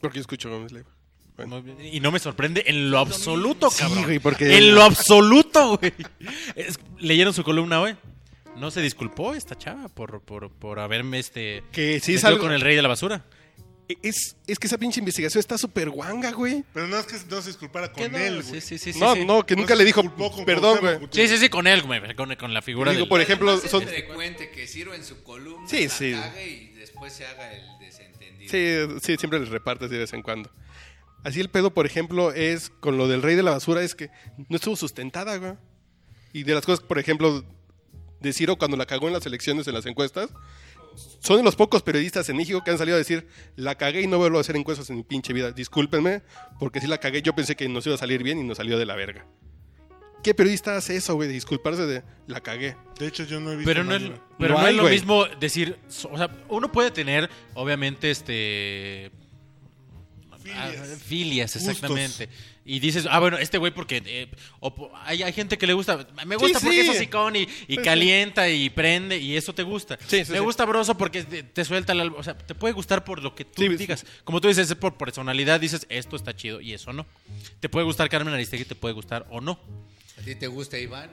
Speaker 4: Porque yo escucho Gómez Leiva. Bueno.
Speaker 2: Y no me sorprende en lo absoluto, cabrón.
Speaker 4: güey, porque-
Speaker 2: En lo absoluto, güey. Es- ¿Leyeron su columna, güey? No se disculpó esta chava por, por, por haberme este...
Speaker 4: Que sí es
Speaker 2: metido
Speaker 4: algo-
Speaker 2: con el rey de la basura.
Speaker 4: E, Es, es que esa pinche investigación está súper guanga, güey.
Speaker 1: pero no es que no se disculpara con él, güey.
Speaker 2: Sí, sí, sí. sí,
Speaker 4: no,
Speaker 2: sí.
Speaker 4: no, que
Speaker 1: No
Speaker 4: nunca
Speaker 1: se
Speaker 4: le dijo,
Speaker 1: disculpó con
Speaker 4: perdón,
Speaker 1: Cuauhtémoc
Speaker 4: güey.
Speaker 2: Sí, sí, sí, con él, güey. Con, con la figura
Speaker 4: Digo,
Speaker 2: del-
Speaker 4: por ejemplo,
Speaker 3: Además,
Speaker 4: son...
Speaker 3: es frecuente que sirva en su columna,
Speaker 4: Sí,
Speaker 3: la
Speaker 4: sí.
Speaker 3: cague y después se haga el desentendido.
Speaker 4: Sí, sí, siempre les repartes de vez en cuando. Así el pedo, por ejemplo, es con lo del rey de la basura, es que no estuvo sustentada, güey. Y de las cosas, por ejemplo, de Ciro cuando la cagó en las elecciones, en las encuestas, son de los pocos periodistas en México que han salido a decir, la cagué y no vuelvo a hacer encuestas en mi pinche vida. Discúlpenme, porque si la cagué yo pensé que nos iba a salir bien y nos salió de la verga. ¿Qué periodista hace eso, güey? de Disculparse de la cagué.
Speaker 1: De hecho, yo no he visto.
Speaker 2: Pero no, es,
Speaker 1: nadie.
Speaker 2: pero
Speaker 4: No
Speaker 2: no
Speaker 4: hay,
Speaker 2: es lo
Speaker 4: güey.
Speaker 2: mismo decir, so- o sea, uno puede tener, obviamente, este... ah,
Speaker 1: Filias.
Speaker 2: filias,
Speaker 1: Gustos.
Speaker 2: exactamente. Y dices, ah, bueno, este güey porque... eh, o po- hay, hay gente que le gusta, me
Speaker 4: Sí,
Speaker 2: gusta porque
Speaker 4: sí.
Speaker 2: es hocicón y, y
Speaker 4: sí.
Speaker 2: calienta y prende y eso te gusta.
Speaker 4: Sí, sí,
Speaker 2: me
Speaker 4: sí.
Speaker 2: gusta broso porque te, te suelta la... O sea, te puede gustar por lo que tú
Speaker 4: Sí, sí.
Speaker 2: digas. Como tú dices, es por personalidad dices, esto está chido y eso no. Te puede gustar Carmen Aristegui, te puede gustar o no.
Speaker 3: ¿A ti te gusta Iván?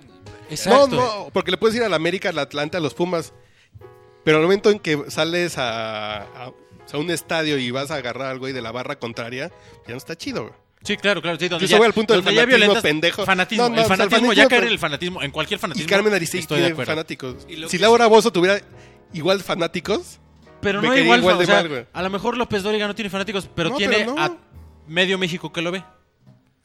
Speaker 2: Exacto.
Speaker 4: No, no, porque le puedes ir al América, al Atlanta, a los Pumas. Pero al momento en que sales a, a- a un estadio y vas a agarrar al güey de la barra contraria, ya no está chido, güey.
Speaker 2: Sí, claro, claro. Sí, donde
Speaker 4: Yo se voy al punto del
Speaker 2: donde ya
Speaker 4: fanatismo,
Speaker 2: violentas-
Speaker 4: pendejo.
Speaker 2: Fanatismo,
Speaker 4: No, no,
Speaker 2: el
Speaker 4: o sea, el
Speaker 2: fanatismo, ya
Speaker 4: fanatismo,
Speaker 2: caer en
Speaker 4: pero-
Speaker 2: el fanatismo, en cualquier
Speaker 4: Y
Speaker 2: fanatismo.
Speaker 4: Carmen Aristegui
Speaker 2: estoy de
Speaker 4: tiene
Speaker 2: acuerdo.
Speaker 4: fanáticos.
Speaker 3: Y lo
Speaker 4: Si
Speaker 3: que
Speaker 4: Laura Bozo tuviera igual fanáticos,
Speaker 2: Pero
Speaker 4: Me
Speaker 2: no
Speaker 4: quedé
Speaker 2: igual,
Speaker 4: igual
Speaker 2: o
Speaker 4: de
Speaker 2: sea,
Speaker 4: mal, güey.
Speaker 2: a lo mejor López Dóriga no tiene fanáticos, pero
Speaker 4: No,
Speaker 2: tiene
Speaker 4: pero no.
Speaker 2: a medio México que lo ve.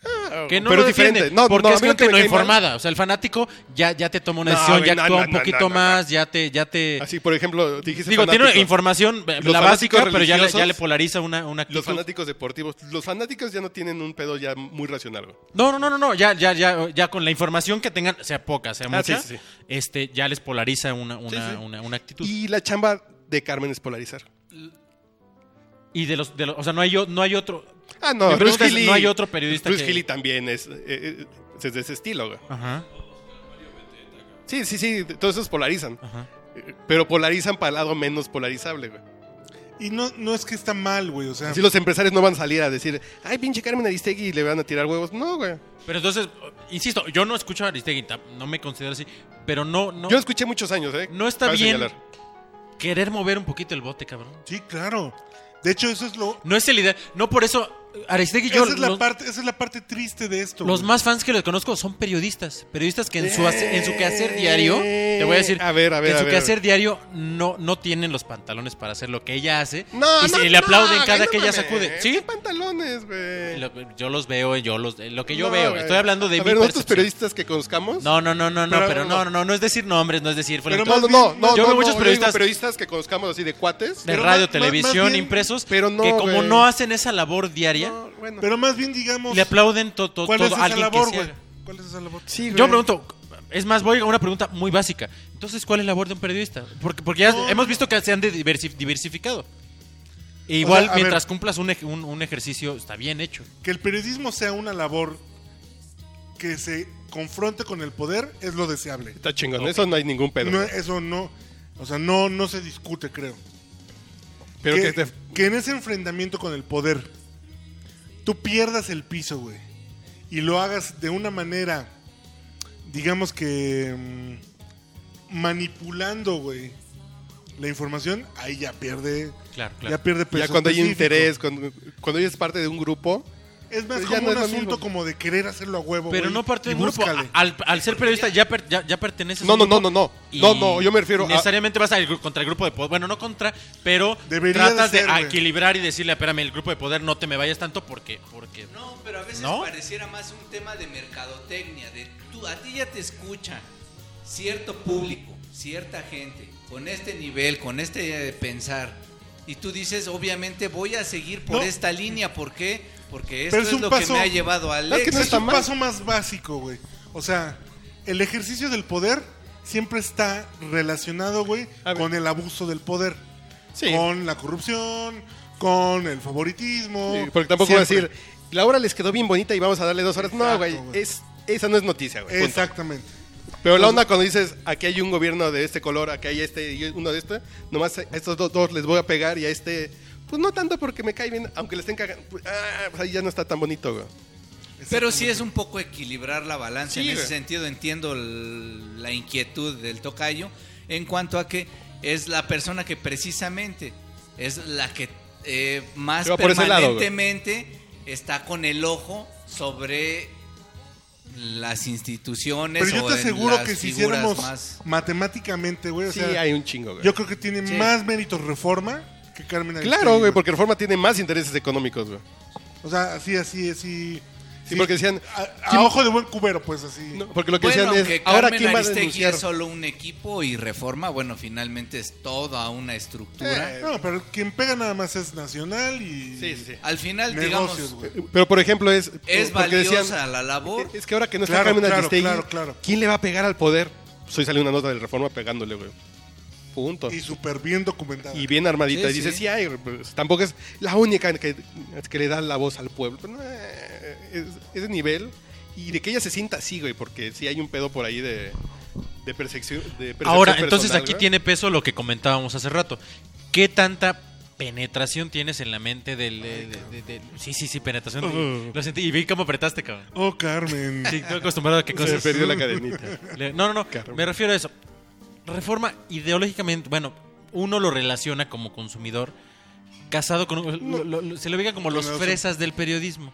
Speaker 3: Ah,
Speaker 2: Que no
Speaker 4: pero
Speaker 2: lo
Speaker 4: es
Speaker 2: defiende,
Speaker 4: diferente. No,
Speaker 2: porque
Speaker 4: no, a
Speaker 2: es
Speaker 4: mí lo que
Speaker 2: gente
Speaker 4: me
Speaker 2: no
Speaker 4: cae mal-
Speaker 2: informada. O sea, el fanático ya, ya te toma una
Speaker 4: No,
Speaker 2: decisión,
Speaker 4: güey,
Speaker 2: ya
Speaker 4: no,
Speaker 2: actúa
Speaker 4: no,
Speaker 2: un
Speaker 4: no,
Speaker 2: poquito
Speaker 4: no, Ah, no.
Speaker 2: más, ya te... Ya te
Speaker 4: así por ejemplo, dijiste
Speaker 2: digo, tiene
Speaker 4: fanáticos.
Speaker 2: información, eh,
Speaker 4: Los
Speaker 2: la básica,
Speaker 4: fanáticos
Speaker 2: pero ya le, ya
Speaker 4: religiosos-
Speaker 2: le polariza una, una
Speaker 4: Los
Speaker 2: actitud.
Speaker 4: fanáticos deportivos, los fanáticos ya no tienen un pedo ya muy racional, güey.
Speaker 2: No, no, no, no, no, ya, ya, ya, ya con la información que tengan, sea poca, sea
Speaker 4: Ah,
Speaker 2: mucha,
Speaker 4: sí, sí, sí.
Speaker 2: este, ya les polariza una, una,
Speaker 4: sí.
Speaker 2: una, una actitud.
Speaker 4: Y la chamba de Carmen es polarizar.
Speaker 2: Y de los, de los- o sea, no hay, o- no hay otro.
Speaker 4: Ah, no,
Speaker 2: Mi
Speaker 4: Bruce
Speaker 2: pregunta es,
Speaker 4: Healy-
Speaker 2: no hay otro periodista
Speaker 4: Bruce
Speaker 2: que-
Speaker 4: Healy también es, eh, eh, es de ese estilo, güey.
Speaker 2: Ajá.
Speaker 4: Sí, sí, sí, todos esos polarizan. Eh, Pero polarizan para el lado menos polarizable, güey.
Speaker 1: Y no, no es que está mal, güey. O sea,
Speaker 4: Así los empresarios no van a salir a decir, ay, pinche Carmen Aristegui, le van a tirar huevos. No, güey.
Speaker 2: Pero entonces, insisto, yo no escucho a Aristegui, tam- no me considero así, pero no, no,
Speaker 4: Yo escuché muchos años, ¿eh?
Speaker 2: no está
Speaker 4: Cabe
Speaker 2: bien
Speaker 4: señalar.
Speaker 2: querer mover un poquito el bote, cabrón.
Speaker 1: sí, claro. De hecho, eso es lo.
Speaker 2: No es el ideal. No por eso, Aristegui, yo,
Speaker 1: Esa es, la
Speaker 2: los,
Speaker 1: parte, esa es la parte triste de esto.
Speaker 2: los
Speaker 1: güey.
Speaker 2: más fans que les conozco son periodistas. Periodistas que en su, hace- en su quehacer diario, te voy a decir,
Speaker 4: Eh. A ver, a ver,
Speaker 2: que en
Speaker 4: a
Speaker 2: su
Speaker 4: ver,
Speaker 2: quehacer
Speaker 4: a
Speaker 2: diario no, no tienen los pantalones para hacer lo que ella hace.
Speaker 4: No,
Speaker 2: y se
Speaker 4: no,
Speaker 2: le aplauden
Speaker 4: no,
Speaker 2: cada
Speaker 4: güey,
Speaker 2: que
Speaker 4: no
Speaker 2: ella
Speaker 4: mames.
Speaker 2: sacude. ¿Sí?
Speaker 4: ¿Qué pantalones, güey?
Speaker 2: Lo- yo los veo, yo los, lo que yo
Speaker 4: No,
Speaker 2: veo.
Speaker 4: güey.
Speaker 2: Estoy hablando de
Speaker 4: A
Speaker 2: mi
Speaker 4: ver, ¿nosotros
Speaker 2: percepción.
Speaker 4: periodistas que conozcamos?
Speaker 2: No, no, no, no, no,
Speaker 4: Pero-
Speaker 2: pero no, no, no, no es decir nombres, no es decir
Speaker 4: Pero
Speaker 2: fulanito.
Speaker 4: no, no, no, no,
Speaker 2: yo veo
Speaker 4: no,
Speaker 2: muchos
Speaker 4: yo digo
Speaker 2: periodistas-
Speaker 4: periodistas que conozcamos así de cuates.
Speaker 2: de
Speaker 1: pero
Speaker 2: radio,
Speaker 1: más- más- más
Speaker 2: televisión,
Speaker 1: bien-
Speaker 2: impresos,
Speaker 4: pero no,
Speaker 2: que como
Speaker 4: güey.
Speaker 2: no hacen esa labor diaria,
Speaker 4: No, bueno.
Speaker 1: Pero más bien, digamos.
Speaker 2: le aplauden to- to-
Speaker 1: ¿Cuál
Speaker 2: todo
Speaker 1: es
Speaker 2: a
Speaker 1: esa
Speaker 2: alguien
Speaker 1: labor,
Speaker 2: que se
Speaker 1: güey?
Speaker 2: haga.
Speaker 1: ¿Cuál es esa labor?
Speaker 4: Sí,
Speaker 2: Yo
Speaker 4: güey.
Speaker 2: me pregunto, es más, voy a una pregunta muy básica. Entonces, ¿cuál es la labor de un periodista? Porque, porque ya
Speaker 1: No,
Speaker 2: hemos visto que se han de- diversi- diversificado. E
Speaker 1: O
Speaker 2: igual,
Speaker 1: sea, a
Speaker 2: mientras
Speaker 1: ver.
Speaker 2: cumplas un, ej- un- un ejercicio, está bien hecho.
Speaker 1: Que el periodismo sea una labor que se confronte con el poder es lo deseable.
Speaker 4: Está chingón, eso no hay ningún pedo.
Speaker 1: No,
Speaker 4: güey.
Speaker 1: eso no. O sea, no, no se discute, creo.
Speaker 4: pero
Speaker 1: que,
Speaker 4: que, te-
Speaker 1: que en ese enfrentamiento con el poder tú pierdas el piso, güey. Y lo hagas de una manera, digamos que mm, manipulando, güey, la información, ahí ya pierde,
Speaker 2: Claro,
Speaker 1: ya
Speaker 2: claro.
Speaker 1: pierde peso.
Speaker 4: ya cuando hay
Speaker 1: Pues específico.
Speaker 4: interés, cuando, cuando eres parte de un grupo,
Speaker 1: Es más
Speaker 4: Pero ya
Speaker 1: como
Speaker 4: no
Speaker 1: un
Speaker 4: es lo
Speaker 1: asunto
Speaker 4: mismo.
Speaker 1: como de querer hacerlo a huevo,
Speaker 2: Pero
Speaker 1: güey,
Speaker 2: no parte
Speaker 1: y
Speaker 2: de un grupo.
Speaker 1: búscale.
Speaker 2: Al, al ser periodista ya, per- ya, ya perteneces a
Speaker 4: No,
Speaker 2: un
Speaker 4: no, no,
Speaker 2: grupo
Speaker 4: no, no.
Speaker 2: y
Speaker 4: No, no, yo me refiero a-
Speaker 2: Necesariamente vas a ir contra el grupo de poder. Bueno, no contra, pero
Speaker 1: Debería
Speaker 2: tratas
Speaker 1: de
Speaker 2: de,
Speaker 1: ser, güey.
Speaker 2: equilibrar y decirle, espérame, el grupo de poder no te me vayas tanto porque... porque
Speaker 3: No, pero a veces
Speaker 2: ¿No?
Speaker 3: pareciera más un tema de mercadotecnia, de tú, a ti ya te escuchan cierto público, cierta gente, con este nivel, con este eh, pensar. Y tú dices, obviamente voy a seguir por
Speaker 1: No.
Speaker 3: esta línea, ¿por qué? Porque esto
Speaker 1: Pero
Speaker 3: es,
Speaker 1: es un
Speaker 3: lo
Speaker 1: paso-
Speaker 3: que me ha llevado al
Speaker 4: No, es que
Speaker 3: éxito.
Speaker 4: no está
Speaker 1: un
Speaker 4: mal.
Speaker 1: paso más básico, güey. O sea, el ejercicio del poder siempre está relacionado, güey,
Speaker 4: A ver.
Speaker 1: con el abuso del poder.
Speaker 4: Sí.
Speaker 1: Con la corrupción, con el favoritismo.
Speaker 4: Sí, eh, porque tampoco voy a
Speaker 1: Siempre.
Speaker 4: decir, la obra les quedó bien bonita y vamos a darle dos horas.
Speaker 1: Exacto,
Speaker 4: no, güey,
Speaker 1: güey.
Speaker 4: es, esa no es noticia, güey. punto.
Speaker 1: Exactamente.
Speaker 4: Pero la onda cuando dices, aquí hay un gobierno de este color, aquí hay este y uno de este, nomás a estos dos, dos les voy a pegar y a este, pues no tanto porque me cae bien, aunque le estén cagando, pues, ah, pues ahí ya no está tan bonito, güey.
Speaker 3: Pero sí es un poco equilibrar la balanza.
Speaker 4: Sí,
Speaker 3: en ese
Speaker 4: güey.
Speaker 3: sentido entiendo el- la inquietud del tocayo en cuanto a que es la persona que precisamente es la que eh, más
Speaker 4: Se va por ese lado, güey.
Speaker 3: permanentemente está con el ojo sobre las instituciones.
Speaker 1: Pero yo
Speaker 3: o
Speaker 1: te
Speaker 3: en
Speaker 1: aseguro
Speaker 3: las
Speaker 1: que si
Speaker 3: figuras
Speaker 1: hiciéramos
Speaker 3: más-
Speaker 1: matemáticamente, güey, o
Speaker 4: Sí,
Speaker 1: sea,
Speaker 4: hay un chingo, güey.
Speaker 1: yo creo que tiene más méritos Reforma que Carmen Aristegui,
Speaker 4: Claro, güey, porque Reforma tiene más intereses económicos, güey.
Speaker 1: O sea, así, así, así...
Speaker 4: Sí, porque decían,
Speaker 1: A, a ojo de buen cubero, pues, así.
Speaker 4: no, porque lo que
Speaker 3: bueno,
Speaker 4: decían
Speaker 3: que
Speaker 4: es, ahora
Speaker 3: Carmen
Speaker 4: quién va a
Speaker 3: Aristegui
Speaker 4: denunciar.
Speaker 3: es solo un equipo y reforma, bueno, finalmente es toda una estructura.
Speaker 1: Eh, no, pero quien pega nada más es Nacional y...
Speaker 4: Sí, sí, sí.
Speaker 3: Al final,
Speaker 1: Negocios,
Speaker 3: digamos,
Speaker 1: güey.
Speaker 4: Pero por ejemplo es,
Speaker 3: es
Speaker 4: porque
Speaker 3: valiosa
Speaker 4: decían,
Speaker 3: la labor.
Speaker 4: es que ahora que no está
Speaker 1: Claro,
Speaker 4: Carmen
Speaker 1: claro,
Speaker 4: Aristegui,
Speaker 1: claro, claro.
Speaker 4: ¿quién le va a pegar al poder? Pues hoy salió una nota del Reforma pegándole, güey. Punto.
Speaker 1: Y súper bien documentada.
Speaker 4: y bien armadita.
Speaker 3: Sí,
Speaker 4: y dice,
Speaker 3: sí.
Speaker 4: sí, hay, pues, tampoco es la única que, que le da la voz al pueblo. Pero, no, eh, es, es de nivel. Y de que ella se sienta así, güey, porque sí hay un pedo por ahí de, de percepción. de percepción
Speaker 2: Ahora, entonces
Speaker 4: personal,
Speaker 2: aquí
Speaker 4: güey.
Speaker 2: tiene peso lo que comentábamos hace rato. ¿Qué tanta penetración tienes en la mente del... de- de- de- de- sí, sí, sí, penetración.
Speaker 1: Uh.
Speaker 2: Lo sentí y vi cómo apretaste, cabrón.
Speaker 1: Oh, Carmen.
Speaker 2: Sí, estoy acostumbrado a que
Speaker 4: Se
Speaker 2: cosas...
Speaker 4: perdió la cadenita.
Speaker 2: Le- No, no, no.
Speaker 4: Carmen.
Speaker 2: Me refiero a eso. Reforma ideológicamente, bueno, uno lo relaciona como consumidor casado con... un- lo- lo- lo- se lo ubica como los
Speaker 1: Con eso.
Speaker 2: fresas del periodismo.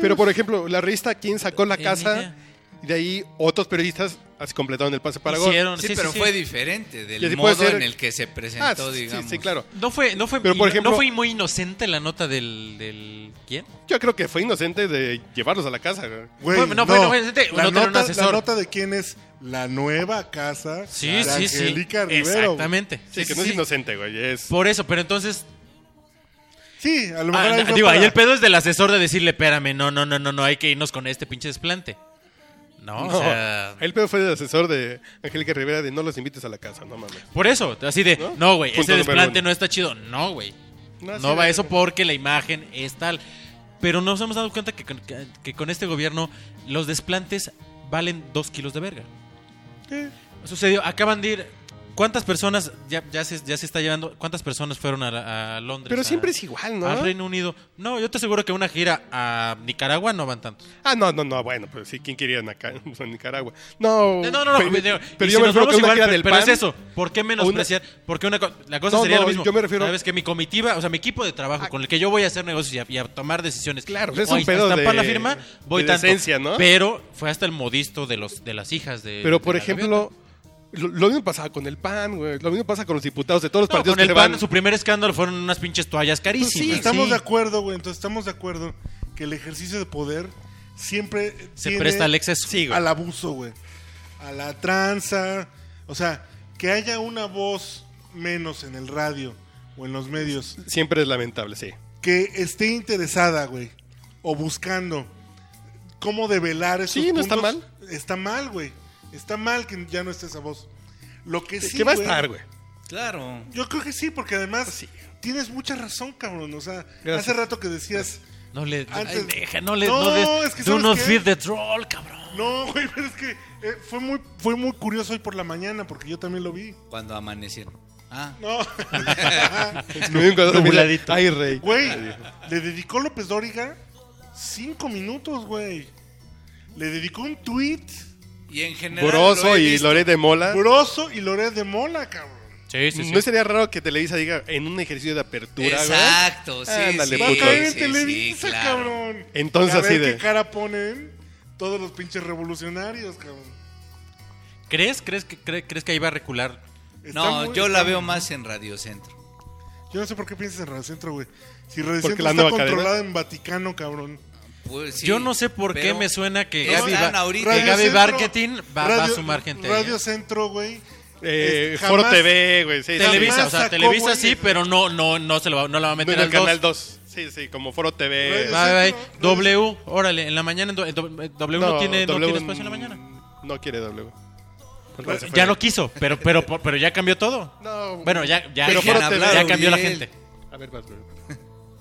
Speaker 4: Pero,
Speaker 2: Mm.
Speaker 4: por ejemplo, la revista ¿Quién sacó la
Speaker 2: Ni
Speaker 4: casa?
Speaker 2: idea.
Speaker 4: Y de ahí otros periodistas así completaron el pase para gol.
Speaker 2: Hicieron,
Speaker 3: Sí,
Speaker 2: sí, sí,
Speaker 3: pero
Speaker 2: sí.
Speaker 3: fue diferente
Speaker 4: Y así
Speaker 3: del
Speaker 4: puede
Speaker 3: modo
Speaker 4: ser-
Speaker 3: en el que se
Speaker 4: Ah,
Speaker 3: presentó,
Speaker 4: sí,
Speaker 3: digamos.
Speaker 4: sí, claro.
Speaker 2: No fue, no fue,
Speaker 4: Pero, por
Speaker 2: no-
Speaker 4: ejemplo-
Speaker 2: no fue muy inocente la nota del, del ¿quién?
Speaker 4: Yo creo que fue inocente de llevarlos a la casa. güey.
Speaker 1: Güey,
Speaker 2: Bueno, no, bueno, bueno, este,
Speaker 1: la,
Speaker 2: no tener un
Speaker 1: nota, la
Speaker 2: asesor.
Speaker 1: nota de quién es la nueva casa
Speaker 2: Sí,
Speaker 1: de
Speaker 2: sí, sí.
Speaker 1: Angélica Rivero. güey.
Speaker 2: Exactamente.
Speaker 4: Sí,
Speaker 2: Sí, sí,
Speaker 4: que no es
Speaker 2: sí.
Speaker 4: inocente, güey. Es...
Speaker 2: Por eso, pero entonces
Speaker 1: Sí, a lo
Speaker 2: Ah,
Speaker 1: mejor ahí
Speaker 2: no,
Speaker 1: fue
Speaker 2: digo, ahí
Speaker 1: para-
Speaker 2: el pedo es del asesor de decirle, espérame, no, no, no, no, no, hay que irnos con este pinche desplante. No,
Speaker 4: No,
Speaker 2: o sea...
Speaker 4: el pedo fue el asesor de Angélica Rivera de no los invites a la casa, no mames.
Speaker 2: Por eso, así de,
Speaker 4: ¿No?
Speaker 2: no, güey,
Speaker 4: Punto
Speaker 2: ese
Speaker 4: número
Speaker 2: desplante
Speaker 4: uno.
Speaker 2: no está chido. No, güey.
Speaker 4: No,
Speaker 2: No,
Speaker 4: sí,
Speaker 2: va
Speaker 4: de-
Speaker 2: eso porque la imagen es tal. Pero nos hemos dado cuenta que con, que- que con este gobierno los desplantes valen dos kilos de verga. Sucedió, acaban de ir. ¿Cuántas personas ya, ya, se, ya se está llevando? ¿Cuántas personas fueron a, la- a Londres?
Speaker 4: Pero
Speaker 2: a-
Speaker 4: siempre es igual, ¿no?
Speaker 2: Al Reino Unido. No, yo te aseguro que una gira a Nicaragua no van tantos.
Speaker 4: Ah, no, no, no, bueno, pues sí, ¿quién quería en, acá, en Nicaragua? No,
Speaker 2: No, no, no.
Speaker 4: pero,
Speaker 2: digo,
Speaker 4: pero
Speaker 2: y
Speaker 4: yo
Speaker 2: si
Speaker 4: me
Speaker 2: nos vamos
Speaker 4: refiero que una
Speaker 2: igual,
Speaker 4: gira
Speaker 2: pe-
Speaker 4: del
Speaker 2: pero es
Speaker 4: PAN,
Speaker 2: eso. ¿Por qué menospreciar? Porque una co- la cosa
Speaker 4: No,
Speaker 2: sería
Speaker 4: no,
Speaker 2: lo mismo.
Speaker 4: yo me refiero-
Speaker 2: Sabes que mi comitiva, o sea, mi equipo de trabajo con el que yo voy a hacer negocios y a, y a tomar decisiones.
Speaker 4: Claro, es
Speaker 2: o
Speaker 4: un
Speaker 2: a
Speaker 4: pedo
Speaker 2: estampar la
Speaker 4: de-
Speaker 2: firma, voy
Speaker 4: de
Speaker 2: tanto.
Speaker 4: decencia, ¿no?
Speaker 2: Pero fue hasta el modisto de los de las hijas de
Speaker 4: Pero
Speaker 2: de
Speaker 4: por
Speaker 2: la
Speaker 4: ejemplo,
Speaker 2: gaviota.
Speaker 4: lo, lo mismo pasaba con el PAN, güey. Lo mismo pasa con los diputados de todos los
Speaker 2: No,
Speaker 4: partidos
Speaker 2: con
Speaker 4: que
Speaker 2: el
Speaker 4: se
Speaker 2: PAN
Speaker 4: van. Pues
Speaker 2: su primer escándalo fueron unas pinches toallas carísimas.
Speaker 1: Sí, estamos de acuerdo, güey. Entonces estamos de acuerdo que el ejercicio de poder siempre
Speaker 2: Se
Speaker 1: tiene
Speaker 2: presta al exceso. Sí, güey.
Speaker 1: al abuso, güey. A la tranza. O sea, que haya una voz menos en el radio o en los medios
Speaker 4: Siempre es lamentable, sí.
Speaker 1: que esté interesada, güey, o buscando cómo develar esos
Speaker 4: Sí, no está
Speaker 1: puntos, Está mal, güey. Está mal que ya no esté esa voz. Lo que sí,
Speaker 4: ¿Qué va a
Speaker 1: güey,
Speaker 4: estar, güey?
Speaker 3: Claro.
Speaker 1: Yo creo que sí, porque además tienes mucha razón, cabrón. O sea,
Speaker 4: Gracias.
Speaker 1: hace rato que decías,
Speaker 2: No le
Speaker 1: Antes-
Speaker 2: ay, deja, no le
Speaker 1: No,
Speaker 2: no des-
Speaker 1: es que
Speaker 2: do
Speaker 1: ¿sabes
Speaker 2: not
Speaker 1: qué?
Speaker 2: feed the troll, cabrón.
Speaker 1: no, güey, pero es que eh, fue muy fue muy curioso hoy por la mañana, porque yo también lo vi.
Speaker 3: Cuando amanecieron. Ah,
Speaker 1: No,
Speaker 4: Me dio un cuadro de mira,
Speaker 2: Nubladito.
Speaker 4: Ay, rey.
Speaker 1: güey, le dedicó López Dóriga cinco minutos, güey. Le dedicó un tweet
Speaker 3: y en general.
Speaker 4: Boroso
Speaker 3: lo he
Speaker 4: y
Speaker 3: visto.
Speaker 4: Loret de Mola.
Speaker 1: Broso y Loret de Mola, cabrón.
Speaker 2: Sí, sí, sí.
Speaker 4: ¿No sería raro que Televisa diga en un ejercicio de apertura, güey?
Speaker 3: Exacto, sí.
Speaker 4: ¿eh? Ándale,
Speaker 3: sí,
Speaker 1: Va a
Speaker 4: puto.
Speaker 1: caer en
Speaker 3: sí,
Speaker 1: Televisa,
Speaker 3: sí, claro.
Speaker 1: cabrón.
Speaker 4: Entonces,
Speaker 1: Y a ver
Speaker 4: así de-
Speaker 1: qué cara ponen todos los pinches revolucionarios, cabrón.
Speaker 2: ¿Crees, crees que cre- crees que ahí va a recular?
Speaker 1: Está
Speaker 3: No,
Speaker 1: muy-
Speaker 3: yo la
Speaker 1: está-
Speaker 3: veo más en Radio Centro.
Speaker 1: Yo no sé por qué piensas en Radio Centro, güey. Si Radio
Speaker 4: Porque
Speaker 1: Centro
Speaker 4: la
Speaker 1: está
Speaker 4: nueva cadena.
Speaker 1: controlada en Vaticano, cabrón.
Speaker 3: Pues, sí,
Speaker 2: Yo no sé por qué
Speaker 3: pero-
Speaker 2: me suena que
Speaker 3: No,
Speaker 2: Gaby,
Speaker 3: están
Speaker 2: va-
Speaker 3: ahorita.
Speaker 2: que
Speaker 1: Radio
Speaker 2: Gaby
Speaker 1: Centro-
Speaker 2: Marketing va, va a
Speaker 1: Radio-
Speaker 2: sumar gente. ahí.
Speaker 1: Radio Centro, güey.
Speaker 4: Eh,
Speaker 1: es-
Speaker 4: Foro
Speaker 1: jamás-
Speaker 4: TV, güey. sí, sí.
Speaker 2: Televisa,
Speaker 1: jamás
Speaker 2: o sea,
Speaker 1: sacó,
Speaker 2: Televisa
Speaker 1: güey,
Speaker 2: sí,
Speaker 1: el-
Speaker 2: pero no, no, no se lo va, no la va a
Speaker 4: No
Speaker 2: meter
Speaker 4: en el
Speaker 2: al
Speaker 4: canal
Speaker 2: 2.
Speaker 4: 2. Sí, sí, como Foro TV.
Speaker 1: Radio
Speaker 2: Va, va,
Speaker 1: Centro,
Speaker 2: va.
Speaker 1: Radio
Speaker 2: W, órale, en la mañana, en do- en do- eh, W no, tiene, no
Speaker 4: W
Speaker 2: tiene espacio en la mañana.
Speaker 4: No quiere W. Porque se fue.
Speaker 2: Ya no quiso, pero, pero, pero ya cambió todo.
Speaker 4: No,
Speaker 2: Bueno, ya, ya,
Speaker 4: Pero
Speaker 2: ya-
Speaker 4: fueron
Speaker 2: ya
Speaker 4: hablaron,
Speaker 2: cambió la
Speaker 3: Miguel.
Speaker 2: gente.
Speaker 4: A ver, vas, güey.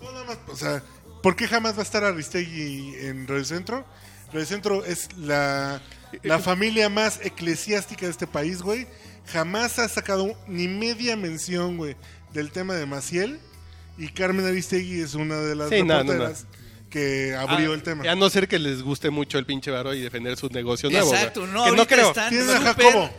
Speaker 1: No, nada más, o sea, ¿por qué jamás va a estar Aristegui en Radio Centro? Radio Centro es la,
Speaker 4: Eh,
Speaker 1: la familia más eclesiástica de este país, güey. Jamás ha sacado ni media mención, güey, del tema de Maciel. Y Carmen Aristegui es una de las
Speaker 4: Sí, no, no, no.
Speaker 1: reporteras que abrió el tema.
Speaker 4: Ah, A no ser que les guste mucho el pinche varo y defender su negocio nuevo. güey.
Speaker 3: Exacto, no,
Speaker 4: Que
Speaker 3: ahorita
Speaker 4: creo.
Speaker 3: están
Speaker 1: Tienen a
Speaker 3: súper-
Speaker 1: Jacobo.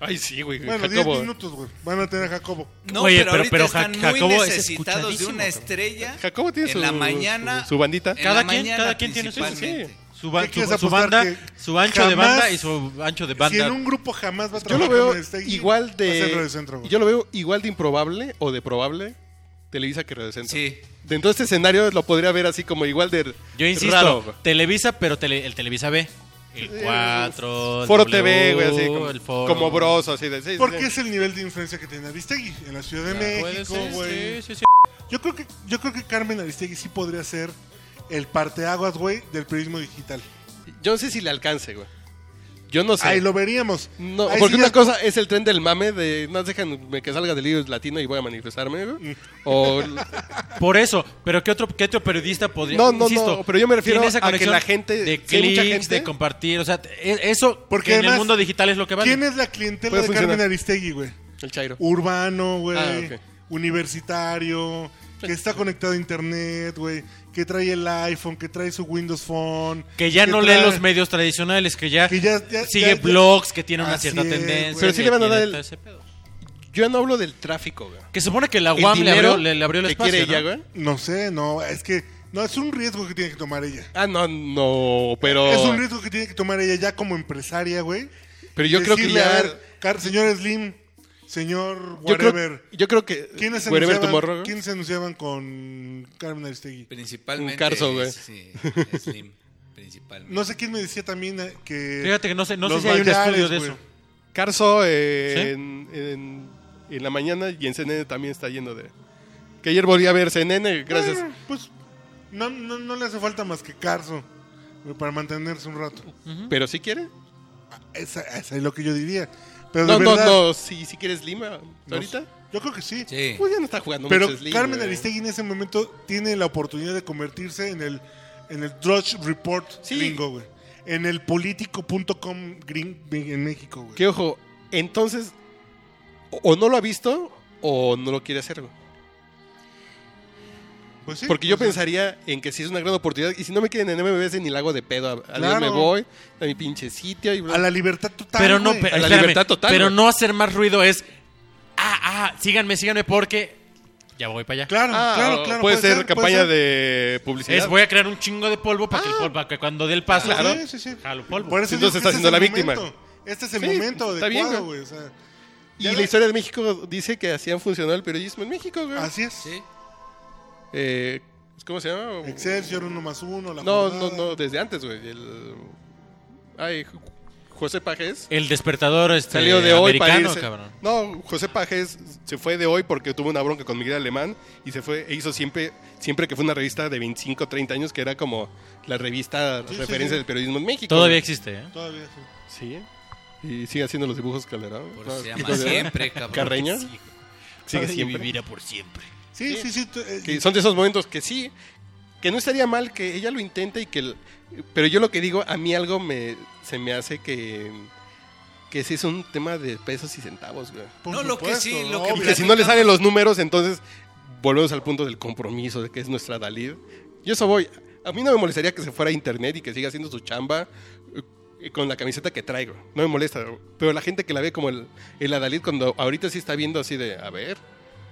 Speaker 4: Ay, sí, güey.
Speaker 1: Bueno, 10
Speaker 4: Jacobo.
Speaker 1: minutos, güey. Van a tener a Jacobo.
Speaker 3: No,
Speaker 2: Oye,
Speaker 3: pero,
Speaker 2: pero-
Speaker 3: ahorita
Speaker 2: pero
Speaker 3: están
Speaker 2: Ja-
Speaker 3: muy
Speaker 2: Jacobo es
Speaker 3: necesitados de
Speaker 2: escuchadísimo,
Speaker 3: una
Speaker 2: cabrón.
Speaker 3: estrella.
Speaker 4: Jacobo tiene
Speaker 3: en
Speaker 4: su,
Speaker 3: la mañana. eh,
Speaker 4: su, su bandita.
Speaker 3: en
Speaker 2: Cada
Speaker 3: la
Speaker 2: quien-
Speaker 3: mañana
Speaker 2: cada quien tiene su-
Speaker 3: principalmente.
Speaker 4: sí.
Speaker 2: Su, ba-
Speaker 1: ¿Qué quieres
Speaker 2: su- su
Speaker 1: apostar
Speaker 2: banda,
Speaker 1: que
Speaker 2: su ancho de
Speaker 1: jamás-
Speaker 2: banda y su ancho de
Speaker 1: Si
Speaker 2: banda.
Speaker 1: en un grupo jamás va a
Speaker 4: Yo
Speaker 1: trabajar
Speaker 4: lo veo
Speaker 1: Carmen Aristegui,
Speaker 4: igual
Speaker 1: va a ser Radio
Speaker 4: de.
Speaker 1: Centro, güey.
Speaker 4: Yo lo veo igual de improbable o de probable Televisa que Radio Centro.
Speaker 3: Sí.
Speaker 4: Dentro de este escenario lo podría ver así como igual de.
Speaker 2: Yo insisto,
Speaker 4: raro, güey.
Speaker 2: Televisa, pero tele- el Televisa B. El 4, el
Speaker 4: Foro
Speaker 2: W,
Speaker 4: TV, güey, así
Speaker 2: el
Speaker 4: como,
Speaker 2: foro.
Speaker 4: como broso, así de. sí,
Speaker 1: Porque
Speaker 4: sí.
Speaker 1: es el nivel de influencia que tiene Aristegui en la Ciudad de
Speaker 2: Puede
Speaker 1: México,
Speaker 2: ser,
Speaker 1: güey.
Speaker 2: sí, sí, sí.
Speaker 1: Yo creo que yo creo que Carmen Aristegui sí podría ser el parteaguas, güey, del periodismo digital.
Speaker 4: Yo no sé si le alcance, güey. Yo no sé.
Speaker 1: Ahí lo veríamos.
Speaker 4: No,
Speaker 1: Ahí
Speaker 4: porque
Speaker 1: sí
Speaker 4: una
Speaker 1: ya-
Speaker 4: cosa es el tren del mame de no déjenme que salga del lío latino y voy a manifestarme, güey. O
Speaker 2: Por eso, pero ¿qué otro, qué otro periodista podría.?
Speaker 4: No, no,
Speaker 2: Insisto,
Speaker 4: no, pero yo me refiero
Speaker 2: tiene
Speaker 4: a que
Speaker 2: conexión
Speaker 4: la gente-
Speaker 2: De
Speaker 4: si hay mucha
Speaker 2: clics,
Speaker 4: gente-
Speaker 2: de compartir, o sea, te- e- eso
Speaker 1: Porque
Speaker 2: que en
Speaker 1: además,
Speaker 2: el mundo digital es lo que vale.
Speaker 1: ¿Quién es la clientela
Speaker 4: Puede
Speaker 1: de
Speaker 4: funcionar.
Speaker 1: Carmen Aristegui, güey?
Speaker 4: el Chairo.
Speaker 1: Urbano, güey.
Speaker 4: Ah, ok.
Speaker 1: Universitario. Que está conectado a internet, güey. Que trae el iPhone, que trae su Windows Phone.
Speaker 2: Que ya no
Speaker 1: trae-
Speaker 2: lee los medios tradicionales, que ya,
Speaker 1: Que ya- ya-
Speaker 2: sigue
Speaker 1: ya- ya-
Speaker 2: blogs, que tiene una
Speaker 1: Así
Speaker 2: cierta
Speaker 1: es, güey.
Speaker 2: tendencia.
Speaker 4: Pero sí
Speaker 2: que
Speaker 4: le van a dar
Speaker 2: tiene
Speaker 4: el-
Speaker 2: todo ese pedo.
Speaker 4: Yo no hablo del tráfico, güey.
Speaker 2: Que supone que la
Speaker 4: El
Speaker 2: UAM le
Speaker 4: dinero
Speaker 2: abrió, le, le abrió el
Speaker 4: que
Speaker 2: espacio.
Speaker 4: quiere ella,
Speaker 2: ¿no?
Speaker 4: güey.
Speaker 1: No sé, no, es que no es un riesgo que tiene que tomar ella.
Speaker 4: Ah, no, no, pero
Speaker 1: Es un riesgo que tiene que tomar ella ya como empresaria, güey.
Speaker 4: Pero yo creo que
Speaker 1: Decirle,
Speaker 4: ya-
Speaker 1: a ver, Car- señor Slim, señor
Speaker 4: yo
Speaker 1: whatever.
Speaker 4: creo yo creo que
Speaker 1: ¿Quiénes se,
Speaker 4: Wherever
Speaker 1: anunciaban,
Speaker 4: Tomorrow, güey.
Speaker 1: quiénes se anunciaban con Carmen Aristegui?
Speaker 3: Principalmente.
Speaker 4: Un Carso, güey.
Speaker 3: es- Sí, Slim. Principalmente.
Speaker 1: No sé quién me decía también eh, que.
Speaker 2: Fíjate que no sé, no sé
Speaker 1: los
Speaker 2: si hay un
Speaker 1: Vallares,
Speaker 2: estudio de
Speaker 1: güey.
Speaker 2: eso.
Speaker 4: Carso eh,
Speaker 2: ¿Sí?
Speaker 4: en, en- en la mañana y en CNN también está yendo de que ayer volví a ver CNN, gracias.
Speaker 1: Bueno, pues no, no, no le hace falta más que Carso güey, para mantenerse un rato.
Speaker 4: Pero si quiere.
Speaker 1: Esa, esa es lo que yo diría. Pero
Speaker 4: No,
Speaker 1: Pues de
Speaker 4: no,
Speaker 1: verdad,
Speaker 4: no, si si quieres Lima ahorita.
Speaker 1: Yo creo que sí.
Speaker 3: Sí.
Speaker 4: Pues ya no está jugando
Speaker 1: Pero
Speaker 4: mucho Slim,
Speaker 1: Carmen
Speaker 4: güey.
Speaker 1: Aristegui en ese momento tiene la oportunidad de convertirse en el, en el Drudge Report
Speaker 4: Sí.
Speaker 1: gringo, güey. En el político.com gringo en México, güey.
Speaker 4: Que ojo, entonces, o- o no lo ha visto o no lo quiere hacer. güey.
Speaker 1: Pues sí,
Speaker 4: Porque yo
Speaker 1: o sea,
Speaker 4: pensaría en que si es una gran oportunidad y si no me quieren en MBS ni la hago de pedo. A, a Dios
Speaker 1: Claro.
Speaker 4: me voy, a mi pinche sitio y bla.
Speaker 1: A la libertad total.
Speaker 2: Pero no,
Speaker 1: güey.
Speaker 2: pero,
Speaker 4: A la
Speaker 2: espérame,
Speaker 4: libertad total,
Speaker 2: pero
Speaker 4: güey.
Speaker 2: no hacer más ruido es. Ah, ah, síganme, síganme porque ya voy para allá.
Speaker 1: Claro,
Speaker 4: Ah,
Speaker 1: claro,
Speaker 4: o
Speaker 1: claro.
Speaker 4: Puede, ser, campaña
Speaker 1: puede ser.
Speaker 4: de publicidad.
Speaker 2: Es voy a crear un chingo de polvo para que el polvo, para que cuando dé el paso.
Speaker 4: Claro.
Speaker 1: Sí, sí, sí.
Speaker 2: Jalo polvo.
Speaker 1: Por eso digo
Speaker 4: Entonces
Speaker 1: que
Speaker 4: está
Speaker 1: este
Speaker 4: siendo
Speaker 1: es
Speaker 4: la
Speaker 1: el
Speaker 4: víctima.
Speaker 1: momento. Este es el
Speaker 4: Sí,
Speaker 1: momento
Speaker 4: está
Speaker 1: adecuado,
Speaker 4: bien,
Speaker 1: güey.
Speaker 4: güey.
Speaker 1: o sea,
Speaker 4: y
Speaker 1: ya
Speaker 4: la
Speaker 1: ve-
Speaker 4: historia de México dice que así han funcionado el periodismo en México, güey.
Speaker 1: así es.
Speaker 3: Sí.
Speaker 4: Eh, ¿Cómo se llama?
Speaker 1: Excelsior, uno más uno. La
Speaker 4: No, no,
Speaker 1: jornada.
Speaker 4: no, desde antes, güey. El... Ay, Ju- José Pajes.
Speaker 2: El despertador este,
Speaker 4: Salió de hoy para
Speaker 2: americano,
Speaker 4: irse.
Speaker 2: cabrón.
Speaker 4: No, José Pajes se fue de hoy porque tuvo una bronca con Miguel Alemán y se fue e hizo siempre siempre que fue una revista de 25, 30 años que era como la revista
Speaker 1: Sí, sí,
Speaker 4: referencia
Speaker 1: sí.
Speaker 4: del periodismo en México.
Speaker 2: Todavía existe, ¿eh?
Speaker 1: Todavía sí.
Speaker 4: Sí. Y sigue haciendo los dibujos Calderón.
Speaker 3: Por
Speaker 4: No,
Speaker 3: eso se
Speaker 4: ¿cómo
Speaker 3: llama
Speaker 4: se llama?
Speaker 3: siempre, cabrón.
Speaker 4: Carreño. Sigue
Speaker 2: Todavía
Speaker 4: siempre.
Speaker 2: vivirá por siempre.
Speaker 1: Sí, sí, sí. tú- eh,
Speaker 4: Que son de esos momentos que sí, que no estaría mal que ella lo intente y que... el- pero yo lo que digo, a mí algo me, se me hace que... Que sí es un tema de pesos y centavos, güey.
Speaker 1: por
Speaker 3: No, lo que sí,
Speaker 1: supuesto,
Speaker 3: lo
Speaker 1: ¿no?
Speaker 3: que
Speaker 1: Obvio.
Speaker 4: Que si no le salen los números, entonces volvemos al punto del compromiso, de que es nuestra Dalid. Yo eso voy. A mí no me molestaría que se fuera a internet y que siga haciendo su chamba eh, con la camiseta que traigo. No me molesta. Pero la gente que la ve como el, el Adalid, cuando ahorita sí está viendo así de, a ver,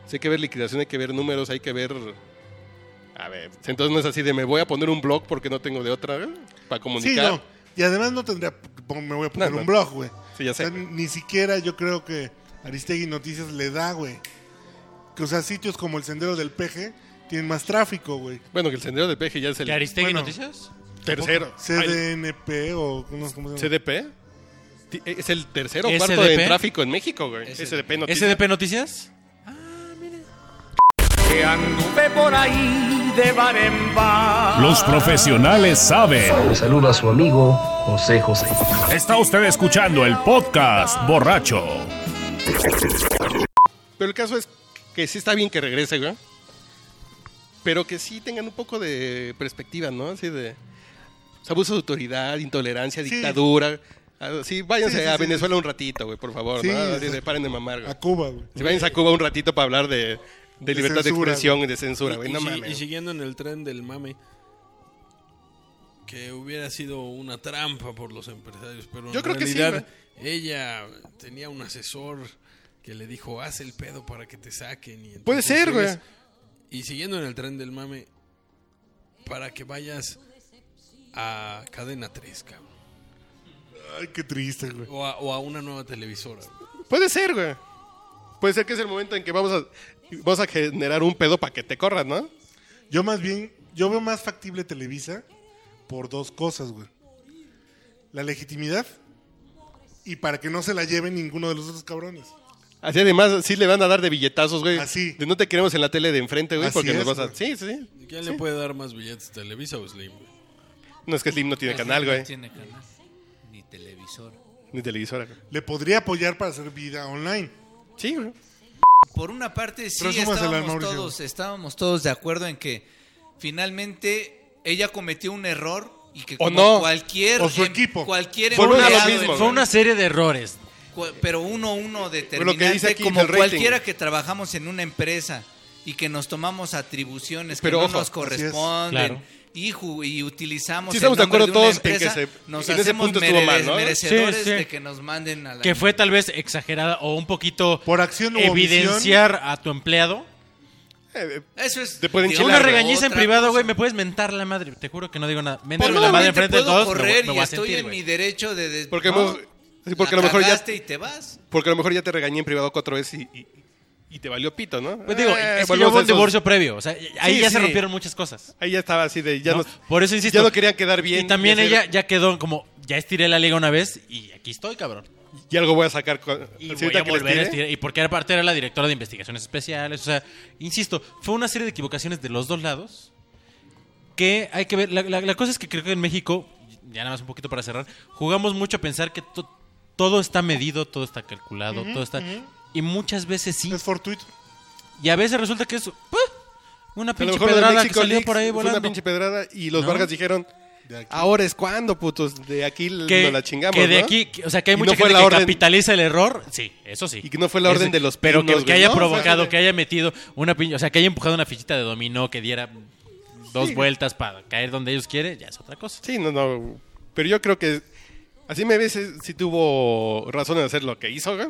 Speaker 4: sí hay que ver liquidación, hay que ver números, hay que ver... A ver, entonces no es así de, me voy a poner un blog porque no tengo de otra ¿eh? para
Speaker 1: Sí,
Speaker 4: comunicar.
Speaker 1: no. Y además no tendría. Me voy a poner
Speaker 4: No, no.
Speaker 1: un blog, güey.
Speaker 4: Sí, ya sé.
Speaker 1: O sea, ni siquiera yo creo que Aristegui Noticias le da, güey. Que, o sea, sitios como el Sendero del Peje tienen más tráfico, güey.
Speaker 4: Bueno, que el sendero del peje ya es
Speaker 2: ¿De
Speaker 4: el
Speaker 2: Aristegui
Speaker 1: Bueno.
Speaker 2: Noticias?
Speaker 4: tercero.
Speaker 1: CDNP o no sé cómo se llama.
Speaker 4: ¿CDP? Ti- eh, Es el tercero o
Speaker 2: SDP?
Speaker 4: cuarto de tráfico en México, güey.
Speaker 3: SDP.
Speaker 4: SDP no tiene-
Speaker 2: ¿SDP Noticias?
Speaker 6: Los profesionales saben.
Speaker 8: Le saluda a su amigo José José.
Speaker 6: Está usted escuchando el podcast borracho.
Speaker 4: Pero el caso es que sí está bien que regrese, güey. pero que sí tengan un poco de perspectiva, ¿no? Así de pues, abuso de autoridad, intolerancia,
Speaker 1: Sí.
Speaker 4: dictadura. Así, váyanse
Speaker 1: Sí, sí,
Speaker 4: a
Speaker 1: sí,
Speaker 4: Venezuela un ratito, güey, por favor.
Speaker 1: Sí,
Speaker 4: ¿no? Así
Speaker 1: sí.
Speaker 4: de, paren de mamar, güey.
Speaker 1: A Cuba, güey.
Speaker 4: Si váyanse a Cuba un ratito para hablar de, de
Speaker 1: censura,
Speaker 4: libertad de expresión y de censura, Ah, güey.
Speaker 5: y,
Speaker 4: No
Speaker 5: si-
Speaker 4: mames.
Speaker 5: y siguiendo en el tren del mame, que hubiera sido una trampa por los empresarios, pero
Speaker 4: Yo
Speaker 5: en
Speaker 4: creo que sí,
Speaker 5: realidad ella tenía un asesor que le dijo, haz el pedo para que te saquen. Y
Speaker 4: Puede
Speaker 5: entonces
Speaker 4: ser, güey.
Speaker 5: sigues- Y siguiendo en el tren del mame, para que vayas a Cadena 3, cabrón.
Speaker 1: Ay, qué triste, güey.
Speaker 5: O a, o a una nueva televisora. güey.
Speaker 4: Puede ser, güey. Puede ser que es el momento en que vamos a, vamos a generar un pedo para que te corran, ¿no?
Speaker 1: Yo más bien, yo veo más factible Televisa por dos cosas, güey. La legitimidad y para que no se la lleve ninguno de los otros cabrones.
Speaker 4: Así además, sí le van a dar de billetazos, güey.
Speaker 1: Así.
Speaker 4: De no te queremos en la tele de enfrente, güey,
Speaker 1: Ah, Así
Speaker 4: porque
Speaker 1: es,
Speaker 4: nos vas a...
Speaker 1: güey.
Speaker 4: Sí, sí.
Speaker 5: ¿Quién le puede dar más billetes, Televisa o Slim? güey?
Speaker 4: No es que Slim no
Speaker 2: Ah,
Speaker 4: tiene canal, güey.
Speaker 3: No tiene canal. Ni televisor.
Speaker 4: Ni televisora, güey.
Speaker 1: Le podría apoyar para hacer vida online.
Speaker 4: Sí, güey.
Speaker 3: Por una parte, sí,
Speaker 1: Resúmasela,
Speaker 3: estábamos
Speaker 1: Mauricio.
Speaker 3: todos, estábamos todos de acuerdo en que finalmente ella cometió un error y que
Speaker 4: O
Speaker 3: como
Speaker 4: no,
Speaker 3: cualquier
Speaker 1: o su
Speaker 3: em-
Speaker 1: equipo.
Speaker 3: cualquier
Speaker 4: Volvemos a lo
Speaker 3: empleado,
Speaker 4: mismo,
Speaker 3: em-
Speaker 2: Fue una serie de errores.
Speaker 3: Cu- pero uno uno determinante,
Speaker 4: Lo que dice aquí
Speaker 3: como
Speaker 4: del rating.
Speaker 3: cualquiera que trabajamos en una empresa y que nos tomamos atribuciones
Speaker 4: Pero
Speaker 3: que
Speaker 4: ojo,
Speaker 3: no nos
Speaker 4: así es.
Speaker 3: corresponden
Speaker 2: Claro.
Speaker 3: y, ju- y utilizamos
Speaker 4: Sí, estamos
Speaker 3: el nombre
Speaker 4: de acuerdo
Speaker 3: una
Speaker 4: todos en que
Speaker 3: empresa,
Speaker 4: se-
Speaker 3: nos
Speaker 4: en ese
Speaker 3: hacemos
Speaker 4: punto estuvo mal,
Speaker 3: merede-
Speaker 4: ¿no?
Speaker 3: merecedores
Speaker 2: Sí, sí.
Speaker 3: de que nos manden a la
Speaker 2: Que fue tal vez exagerada o un poquito
Speaker 1: Por acción o
Speaker 2: evidenciar a tu empleado.
Speaker 4: Eh, eh,
Speaker 3: eso es
Speaker 4: Te pueden
Speaker 3: de
Speaker 4: chingar,
Speaker 2: una
Speaker 4: güey.
Speaker 2: regañiza en
Speaker 3: otra
Speaker 2: privado, güey,
Speaker 3: cosa.
Speaker 2: me puedes mentar la madre. Te juro que no digo nada. Méntame
Speaker 3: Pero
Speaker 2: la madre
Speaker 3: te
Speaker 2: enfrente de
Speaker 3: puedo
Speaker 2: todos. me,
Speaker 3: correr
Speaker 2: voy- me
Speaker 3: y
Speaker 2: voy a
Speaker 3: estoy
Speaker 2: sentir,
Speaker 3: en
Speaker 2: güey.
Speaker 3: mi derecho de, de-
Speaker 4: porque,
Speaker 3: no,
Speaker 4: hemos- sí, porque a
Speaker 3: la
Speaker 4: lo mejor ya...
Speaker 3: cagaste y te vas.
Speaker 4: Porque a lo mejor ya te regañé en privado cuatro veces y, y- y te valió pito, ¿no?
Speaker 2: Pues digo,
Speaker 4: Eh,
Speaker 2: es que ya
Speaker 4: volvemos
Speaker 2: hubo
Speaker 4: a
Speaker 2: un
Speaker 4: esos-
Speaker 2: divorcio previo. O sea, ahí
Speaker 4: Sí,
Speaker 2: ya se
Speaker 4: sí.
Speaker 2: rompieron muchas cosas.
Speaker 4: Ahí ya estaba así de... Ya
Speaker 2: ¿no?
Speaker 4: nos-
Speaker 2: Por eso insisto.
Speaker 4: Ya no querían quedar bien.
Speaker 2: Y también
Speaker 4: y hacer-
Speaker 2: ella ya quedó como, ya estiré la liga una vez y aquí estoy, cabrón.
Speaker 4: Y algo voy a sacar. con-
Speaker 2: Y
Speaker 4: así
Speaker 2: voy
Speaker 4: ahorita
Speaker 2: a
Speaker 4: que les
Speaker 2: volver a
Speaker 4: tire.
Speaker 2: estirar. Y porque aparte era la directora de investigaciones especiales. O sea, insisto, fue una serie de equivocaciones de los dos lados que hay que ver. La, la- la cosa es que creo que en México, ya nada más un poquito para cerrar, jugamos mucho a pensar que to- todo está medido, todo está calculado, todo está... Y muchas veces sí.
Speaker 1: Es fortuito.
Speaker 2: Y a veces resulta que es ¡puf! una
Speaker 4: A lo
Speaker 2: pinche
Speaker 4: mejor lo de
Speaker 2: pedrada que
Speaker 4: México
Speaker 2: salió
Speaker 4: Leaks
Speaker 2: por ahí
Speaker 4: fue
Speaker 2: volando.
Speaker 4: una pinche pedrada y los
Speaker 2: ¿No?
Speaker 4: Vargas dijeron, ahora es cuando, putos, de aquí
Speaker 2: que,
Speaker 4: nos la chingamos,
Speaker 2: que de
Speaker 4: ¿no?
Speaker 2: aquí, que- o sea, que hay
Speaker 4: Y
Speaker 2: mucha
Speaker 4: no fue
Speaker 2: gente
Speaker 4: la
Speaker 2: que
Speaker 4: orden-
Speaker 2: capitaliza el error, sí, eso sí.
Speaker 4: Y que no fue la
Speaker 2: Eso-
Speaker 4: orden de los
Speaker 2: Pero
Speaker 4: pinos,
Speaker 2: que, que
Speaker 4: güey,
Speaker 2: haya
Speaker 4: ¿no? O sea,
Speaker 2: provocado,
Speaker 4: de-
Speaker 2: que haya metido una pinche, o sea, que haya empujado una fichita de dominó que diera dos vueltas para caer donde ellos quieren, ya es otra cosa.
Speaker 4: Sí, no, no. Pero yo creo que así me ves, eh, sí tuvo razón en hacer lo que hizo, güey.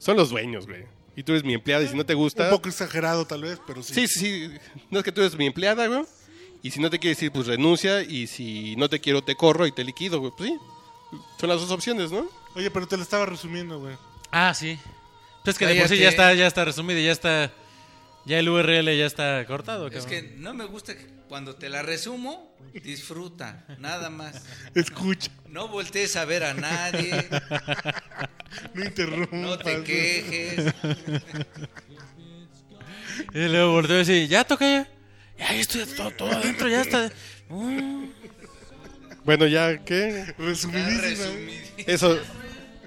Speaker 4: Son los dueños, güey. Y tú eres mi empleada y si no te
Speaker 1: Un
Speaker 4: gusta...
Speaker 1: poco exagerado, tal vez, pero sí.
Speaker 4: Sí, sí, sí. No es que tú eres mi empleada, güey. Y si no te quieres ir, pues renuncia. Y si no te quiero, te corro y te liquido, güey. Pues sí. Son las dos opciones, ¿no?
Speaker 1: Oye, pero te lo estaba resumiendo, güey.
Speaker 2: Ah, sí. Entonces que de por sí
Speaker 3: Cállate.
Speaker 2: ya está, ya está resumido, y ya está, ya el URL ya está cortado.
Speaker 3: Es
Speaker 2: cabrón.
Speaker 3: que no me gusta que cuando te la resumo, disfruta, nada más.
Speaker 1: Escucha,
Speaker 3: No voltees a ver a nadie,
Speaker 1: no interrumpas.
Speaker 3: no te
Speaker 1: güey.
Speaker 3: quejes.
Speaker 2: Y luego volteo y dice, ya toca ya. Ya ya estoy todo, todo adentro, ya está. Uh.
Speaker 4: Bueno, ya, ¿qué?
Speaker 1: Resumidísima. güey.
Speaker 3: Resumir.
Speaker 4: Eso.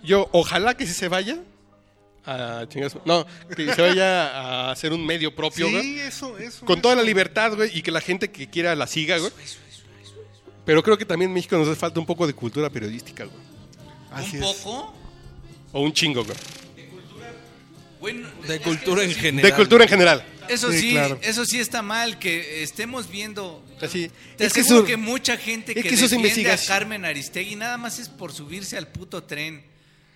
Speaker 4: Yo, ojalá que sí se vaya a chingar su- No, que se vaya a hacer un medio propio, güey.
Speaker 1: Sí, eso, eso.
Speaker 4: Con toda la libertad, güey, y que la gente que quiera la siga, güey. Pero creo que también en México nos hace falta un poco de cultura periodística, güey.
Speaker 1: Así
Speaker 3: Un
Speaker 1: es.
Speaker 3: poco.
Speaker 4: O un chingo, güey.
Speaker 3: Bueno,
Speaker 5: De
Speaker 3: es que
Speaker 5: cultura en
Speaker 3: eso sí-
Speaker 5: general.
Speaker 4: De cultura en general.
Speaker 3: Eso
Speaker 1: Sí,
Speaker 3: sí,
Speaker 1: claro.
Speaker 3: eso sí está mal que estemos viendo.
Speaker 4: Así.
Speaker 3: Te
Speaker 4: es que
Speaker 3: aseguro
Speaker 4: eso-
Speaker 3: que mucha gente
Speaker 4: es
Speaker 3: que,
Speaker 4: que eso es
Speaker 3: defiende
Speaker 4: investigación.
Speaker 3: a Carmen Aristegui nada más es por subirse al puto tren.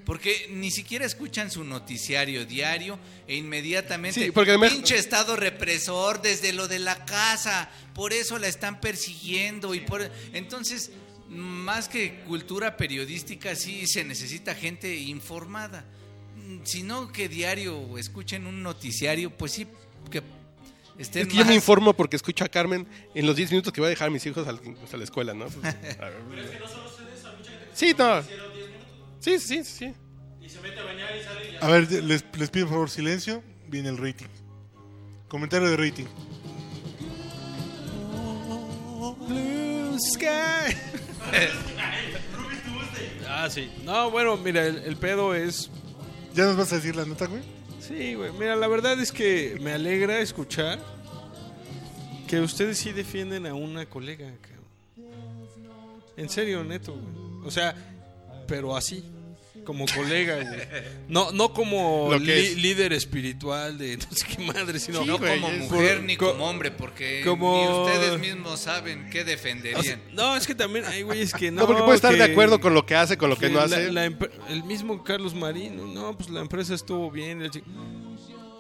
Speaker 3: Porque ni siquiera escuchan su noticiario diario e inmediatamente
Speaker 4: Sí, porque además-
Speaker 3: pinche estado represor desde lo de la casa, por eso la están persiguiendo y por entonces más que cultura periodística sí se necesita gente informada. Mm, Si no que diario escuchen un noticiario, pues sí que estén
Speaker 4: Es que yo me
Speaker 3: más-
Speaker 4: informo porque escucho a Carmen en los 10 minutos que voy a dejar a mis hijos al- a la escuela, ¿no? Pues, a ver. Sí, no. Sí, sí, sí.
Speaker 1: A ver, les, les pido por favor silencio. Viene el rating. Comentario de rating.
Speaker 5: Ah, sí. No, bueno, mira, el- el pedo es
Speaker 1: ¿Ya nos vas a decir la nota, güey?
Speaker 5: Sí, güey. Mira, la verdad es que me alegra escuchar Que ustedes sí defienden a una colega, cabrón. En serio, neto, güey. O sea, pero así. Como colega, güey. No, no como
Speaker 4: Lo que
Speaker 5: li-
Speaker 4: es.
Speaker 5: líder espiritual de no sé qué madre, sino
Speaker 4: Sí,
Speaker 3: No
Speaker 4: güey,
Speaker 3: como
Speaker 4: es-
Speaker 3: mujer
Speaker 5: por-
Speaker 3: ni
Speaker 5: co-
Speaker 3: como hombre, porque
Speaker 5: como-
Speaker 3: ni ustedes mismos saben qué defenderían.
Speaker 5: O sea, no, es que también hay güeyes que no.
Speaker 4: No, porque puede estar de
Speaker 5: que-
Speaker 4: acuerdo con lo que hace, con lo que, no
Speaker 5: la-
Speaker 4: hace.
Speaker 5: la empre- el mismo Carlos Marín, no, pues la empresa estuvo bien. el chi-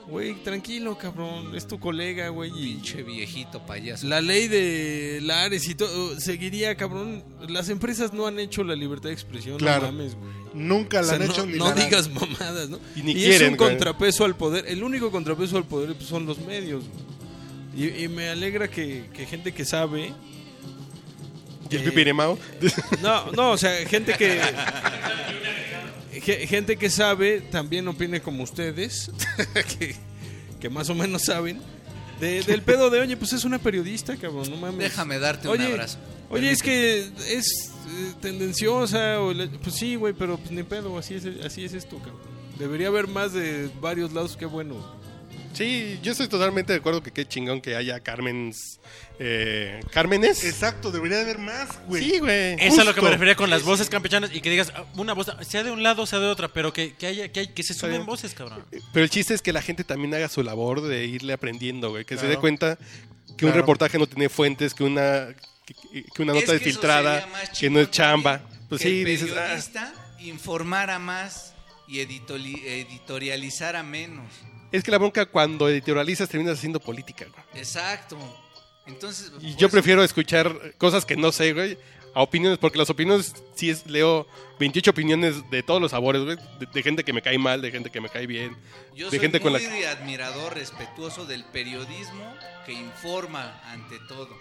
Speaker 5: Güey, tranquilo, cabrón. Es tu colega, güey. y-
Speaker 3: Pinche viejito payaso.
Speaker 5: La ley de Lares y todo seguiría, cabrón. Las empresas no han hecho la libertad de expresión,
Speaker 1: Claro.
Speaker 5: no mames, güey.
Speaker 1: Nunca
Speaker 5: O
Speaker 1: la
Speaker 5: sea,
Speaker 1: han
Speaker 5: no,
Speaker 1: hecho ni
Speaker 5: no
Speaker 1: la harán.
Speaker 5: digas mamadas, ¿no?
Speaker 4: Y ni
Speaker 5: es
Speaker 4: quieren,
Speaker 5: un
Speaker 4: güey.
Speaker 5: contrapeso al poder. El único contrapeso al poder pues, son los medios. güey. Y, y me alegra que, que gente que sabe.
Speaker 4: Y el
Speaker 5: eh,
Speaker 4: pipiremao.
Speaker 5: No, no, o sea, gente que. ge- gente que sabe también opine como ustedes, que, que más o menos saben. de- del pedo de, oye, pues es una periodista, cabrón, no mames.
Speaker 3: Déjame darte un abrazo.
Speaker 5: Oye, es que es eh, tendenciosa. o la- pues sí, güey, pero pues ni pedo, así es, así es esto, cabrón. Debería haber más de varios lados, qué bueno.
Speaker 4: Sí, yo estoy totalmente de acuerdo que qué chingón que haya Carmen. Eh, ¿Cármenes?
Speaker 1: Exacto, debería de haber más, güey.
Speaker 4: sí, güey.
Speaker 2: Eso es a lo que me
Speaker 4: justo.
Speaker 2: refería con las voces campechanas y que digas ah, una voz, sea de un lado, sea de otra, pero que, que haya, que, hay- que se sumen
Speaker 4: bien. Eh,
Speaker 2: voces, cabrón.
Speaker 4: Pero el chiste es que la gente también haga su labor de irle aprendiendo, güey. Que se dé
Speaker 1: Claro.
Speaker 4: cuenta que un
Speaker 1: Claro.
Speaker 4: reportaje no tiene fuentes, que una, que, que una
Speaker 3: Es
Speaker 4: nota
Speaker 3: que
Speaker 4: es
Speaker 3: eso
Speaker 4: filtrada,
Speaker 3: sería más
Speaker 4: que no
Speaker 3: chingón
Speaker 4: es chamba.
Speaker 3: también,
Speaker 4: Pues
Speaker 3: que
Speaker 4: sí,
Speaker 3: el
Speaker 4: dices, ah,
Speaker 3: periodista informara más y editoli- editorializara menos.
Speaker 4: es que la bronca cuando editorializas terminas haciendo política, güey.
Speaker 3: Exacto. Entonces, pues,
Speaker 4: Y
Speaker 3: por
Speaker 4: yo
Speaker 3: eso-
Speaker 4: prefiero escuchar cosas que no sé, güey, a opiniones, porque las opiniones sí es, leo 28 opiniones de todos los sabores, güey, de, de gente que me cae mal, de gente que me cae bien,
Speaker 3: Yo
Speaker 4: de
Speaker 3: soy
Speaker 4: gente
Speaker 3: muy
Speaker 4: con la
Speaker 3: admirador, respetuoso del periodismo que informa ante todo.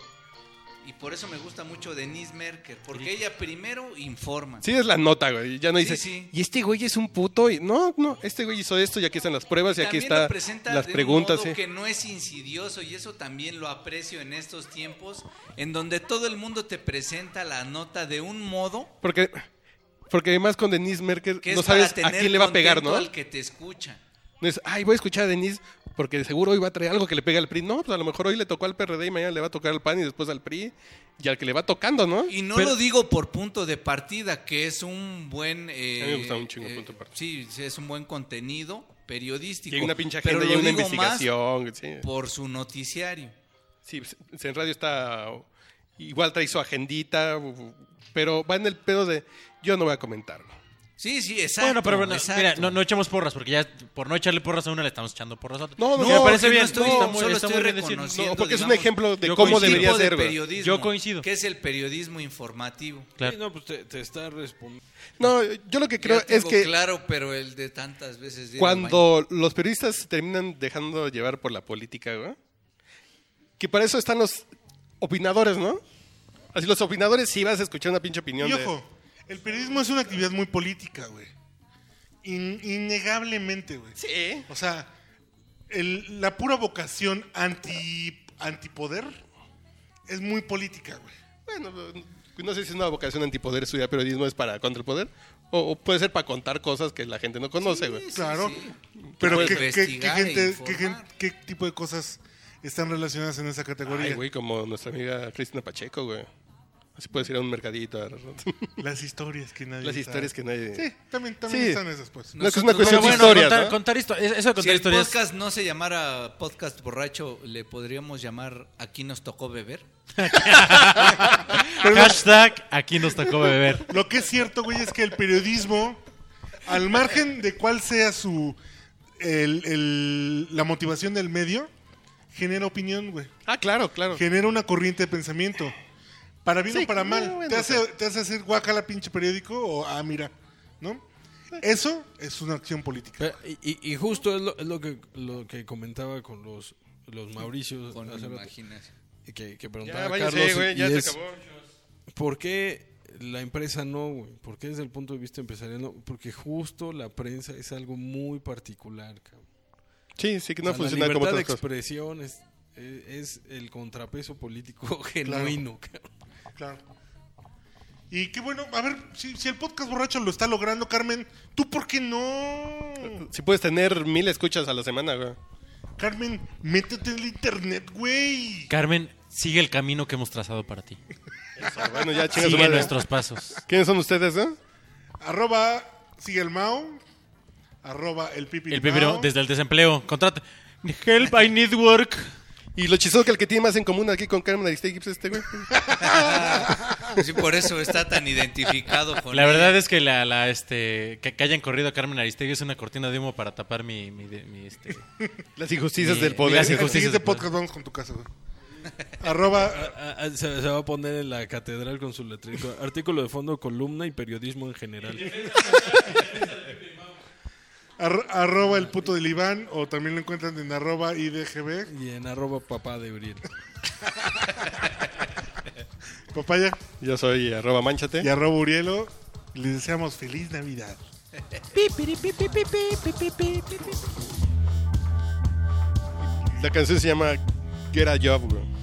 Speaker 3: Y por eso me gusta mucho Denise Merker, porque ella primero informa.
Speaker 4: Sí, es la nota, güey. Ya no
Speaker 3: Sí,
Speaker 4: dices,
Speaker 3: sí.
Speaker 4: y este güey es un puto. Y... No, no, este güey hizo esto y aquí están las pruebas y aquí
Speaker 3: También lo
Speaker 4: están
Speaker 3: presenta
Speaker 4: las
Speaker 3: de un
Speaker 4: preguntas.
Speaker 3: modo
Speaker 4: sí.
Speaker 3: que no es insidioso y eso también lo aprecio en estos tiempos, en donde todo el mundo te presenta la nota de un modo
Speaker 4: Porque, porque además con Denise Merkel
Speaker 3: que es
Speaker 4: no sabes
Speaker 3: para
Speaker 4: a
Speaker 3: tener
Speaker 4: quién le va a pegar,
Speaker 3: contento
Speaker 4: ¿no?
Speaker 3: Al que te escucha.
Speaker 4: No es, ay, voy a escuchar a Denise porque seguro hoy va a traer algo que le pegue al PRI. No, pues a lo mejor hoy le tocó al PRD y mañana le va a tocar al PAN y después al PRI y al que le va tocando, ¿no?
Speaker 3: Y no
Speaker 4: Pero-
Speaker 3: lo digo por punto de partida, que es un buen. eh,
Speaker 4: A mí me gusta un chingo punto de partida.
Speaker 3: Sí, sí, es un buen contenido periodístico.
Speaker 4: Y hay una pinche
Speaker 3: pero
Speaker 4: agenda y
Speaker 3: lo
Speaker 4: hay una
Speaker 3: digo más
Speaker 4: investigación. Sí.
Speaker 3: por su noticiario.
Speaker 4: Sí, pues, en radio está. Igual trae su agendita, pero va en el pedo de. Yo no voy a comentarlo.
Speaker 3: Sí, sí, exacto.
Speaker 2: bueno, pero bueno,
Speaker 3: exacto.
Speaker 2: mira, no, no echemos porras, porque ya por no echarle porras a una le estamos echando porras a otra.
Speaker 4: No, no,
Speaker 2: Que
Speaker 4: no,
Speaker 2: me parece
Speaker 4: que no
Speaker 2: bien.
Speaker 3: estoy-
Speaker 2: está muy-
Speaker 3: solo
Speaker 2: está muy
Speaker 3: estoy
Speaker 2: bien decirlo.
Speaker 3: reconociendo-
Speaker 4: No, porque es un
Speaker 3: digamos,
Speaker 4: ejemplo de
Speaker 2: yo
Speaker 4: cómo
Speaker 2: coincido.
Speaker 4: debería
Speaker 3: tipo de
Speaker 4: ser, güey.
Speaker 3: periodismo,
Speaker 2: Yo coincido.
Speaker 3: Que es el periodismo informativo.
Speaker 2: Claro.
Speaker 5: Sí, no, pues te, te está respondiendo.
Speaker 4: No, yo lo que creo
Speaker 3: Ya
Speaker 4: es
Speaker 3: tengo
Speaker 4: que
Speaker 3: Claro, pero el de tantas veces. de ir al baño.
Speaker 4: cuando los periodistas se terminan dejando llevar por la política, güey, que para eso están los opinadores, ¿no? Así los opinadores sí vas a escuchar una pinche opinión
Speaker 1: Y
Speaker 4: de-
Speaker 1: ojo, el periodismo es una actividad muy política, güey. In- innegablemente, güey.
Speaker 4: Sí.
Speaker 1: O sea, el- la pura vocación anti antipoder es muy política, güey.
Speaker 4: Bueno, no sé si es una vocación antipoder estudiar periodismo es para contra el poder o, o puede ser para contar cosas que la gente no conoce, güey.
Speaker 1: Claro.
Speaker 3: Que
Speaker 1: Pero
Speaker 3: puedes
Speaker 1: ¿qué, qué- qué
Speaker 3: investigar e
Speaker 1: gente, qué, gen-
Speaker 3: informar.
Speaker 1: qué tipo de cosas están relacionadas en esa categoría?
Speaker 4: Ay, güey, como nuestra amiga Cristina Pacheco, güey. Así puedes ir a un mercadito. a-
Speaker 1: Las historias que nadie
Speaker 4: Las
Speaker 1: sabe.
Speaker 4: historias que nadie...
Speaker 1: Sí, también, también
Speaker 4: Sí.
Speaker 1: están esas, pues.
Speaker 4: No, es que es una
Speaker 2: Pero
Speaker 3: Nosotros-
Speaker 4: cuestión de
Speaker 2: bueno,
Speaker 4: historias,
Speaker 2: contar,
Speaker 4: ¿no?
Speaker 2: contar histo- es- eso de
Speaker 3: Si
Speaker 2: contar
Speaker 3: el
Speaker 2: historias.
Speaker 3: podcast no se llamara podcast borracho, ¿le podríamos llamar Aquí nos tocó beber?
Speaker 2: Hashtag aquí nos tocó beber.
Speaker 1: Lo que es cierto, güey, es que el periodismo, al margen de cuál sea su. el- el- la motivación del medio, genera opinión, güey.
Speaker 4: Ah, claro, claro.
Speaker 1: Genera una corriente de pensamiento. Para bien
Speaker 4: Sí,
Speaker 1: o para
Speaker 4: no,
Speaker 1: mal.
Speaker 4: bueno,
Speaker 1: te, hace,
Speaker 4: o sea.
Speaker 1: te hace hacer guacala pinche periódico o ah, mira, ¿no? Eso es una acción política.
Speaker 5: Pero- y- y, y justo es lo, es lo que lo que comentaba con los los Mauricios
Speaker 3: Con
Speaker 5: hace rato,
Speaker 3: imaginación.
Speaker 5: que, que
Speaker 4: Ya,
Speaker 5: preguntaba
Speaker 4: váyanse,
Speaker 5: Carlos y-
Speaker 4: güey, ya
Speaker 5: y
Speaker 4: se
Speaker 5: es,
Speaker 4: acabó.
Speaker 5: ¿Por qué la empresa no, güey? ¿Por qué desde el punto de vista empresarial no? Porque justo la prensa es algo muy particular, cabrón.
Speaker 4: Sí, sí, que
Speaker 5: O
Speaker 4: no
Speaker 5: sea,
Speaker 4: funciona
Speaker 5: la
Speaker 4: como
Speaker 5: libertad
Speaker 4: otras
Speaker 5: de
Speaker 4: cosas.
Speaker 5: expresión es, e-, es- es el contrapeso político genuino, cabrón.
Speaker 1: Claro. Y qué bueno, a ver, si, si el podcast borracho lo está logrando, Carmen, ¿tú por qué no?
Speaker 4: Si puedes tener mil escuchas a la semana, güey.
Speaker 1: Carmen, métete en el internet, güey.
Speaker 2: Carmen, sigue el camino que hemos trazado para ti.
Speaker 4: Bueno, ya chingas
Speaker 2: Sigue nuestros pasos.
Speaker 4: ¿Quiénes son ustedes, eh?
Speaker 1: Arroba, sigue el Mao. Arroba el pipi.
Speaker 2: El primero, desde el desempleo. Contrata. Help, I need work.
Speaker 4: Y lo chistoso que el que tiene más en común aquí con Carmen Aristegui es este, güey.
Speaker 3: Sí, por eso está tan identificado con
Speaker 2: La
Speaker 3: ella.
Speaker 2: verdad es que la, la, este, que, que hayan corrido a Carmen Aristegui es una cortina de humo para tapar mi, mi, de- mi, este,
Speaker 4: Las injusticias
Speaker 2: Mi-
Speaker 4: del poder.
Speaker 2: las
Speaker 1: En el
Speaker 2: injusticias.
Speaker 1: siguiente podcast vamos con tu casa, güey. Arroba,
Speaker 5: Ah, ah, Se, se va a poner en la catedral con su letrero. Artículo de fondo, columna y periodismo en general.
Speaker 1: ar- arroba el puto del Iván. O también lo encuentran en arroba IDGB.
Speaker 5: Y en arroba papá de Uriel.
Speaker 1: Papaya.
Speaker 4: Yo soy arroba manchate.
Speaker 1: Y arroba Urielo. Les deseamos feliz Navidad.
Speaker 4: La canción se llama Get a Job, güey.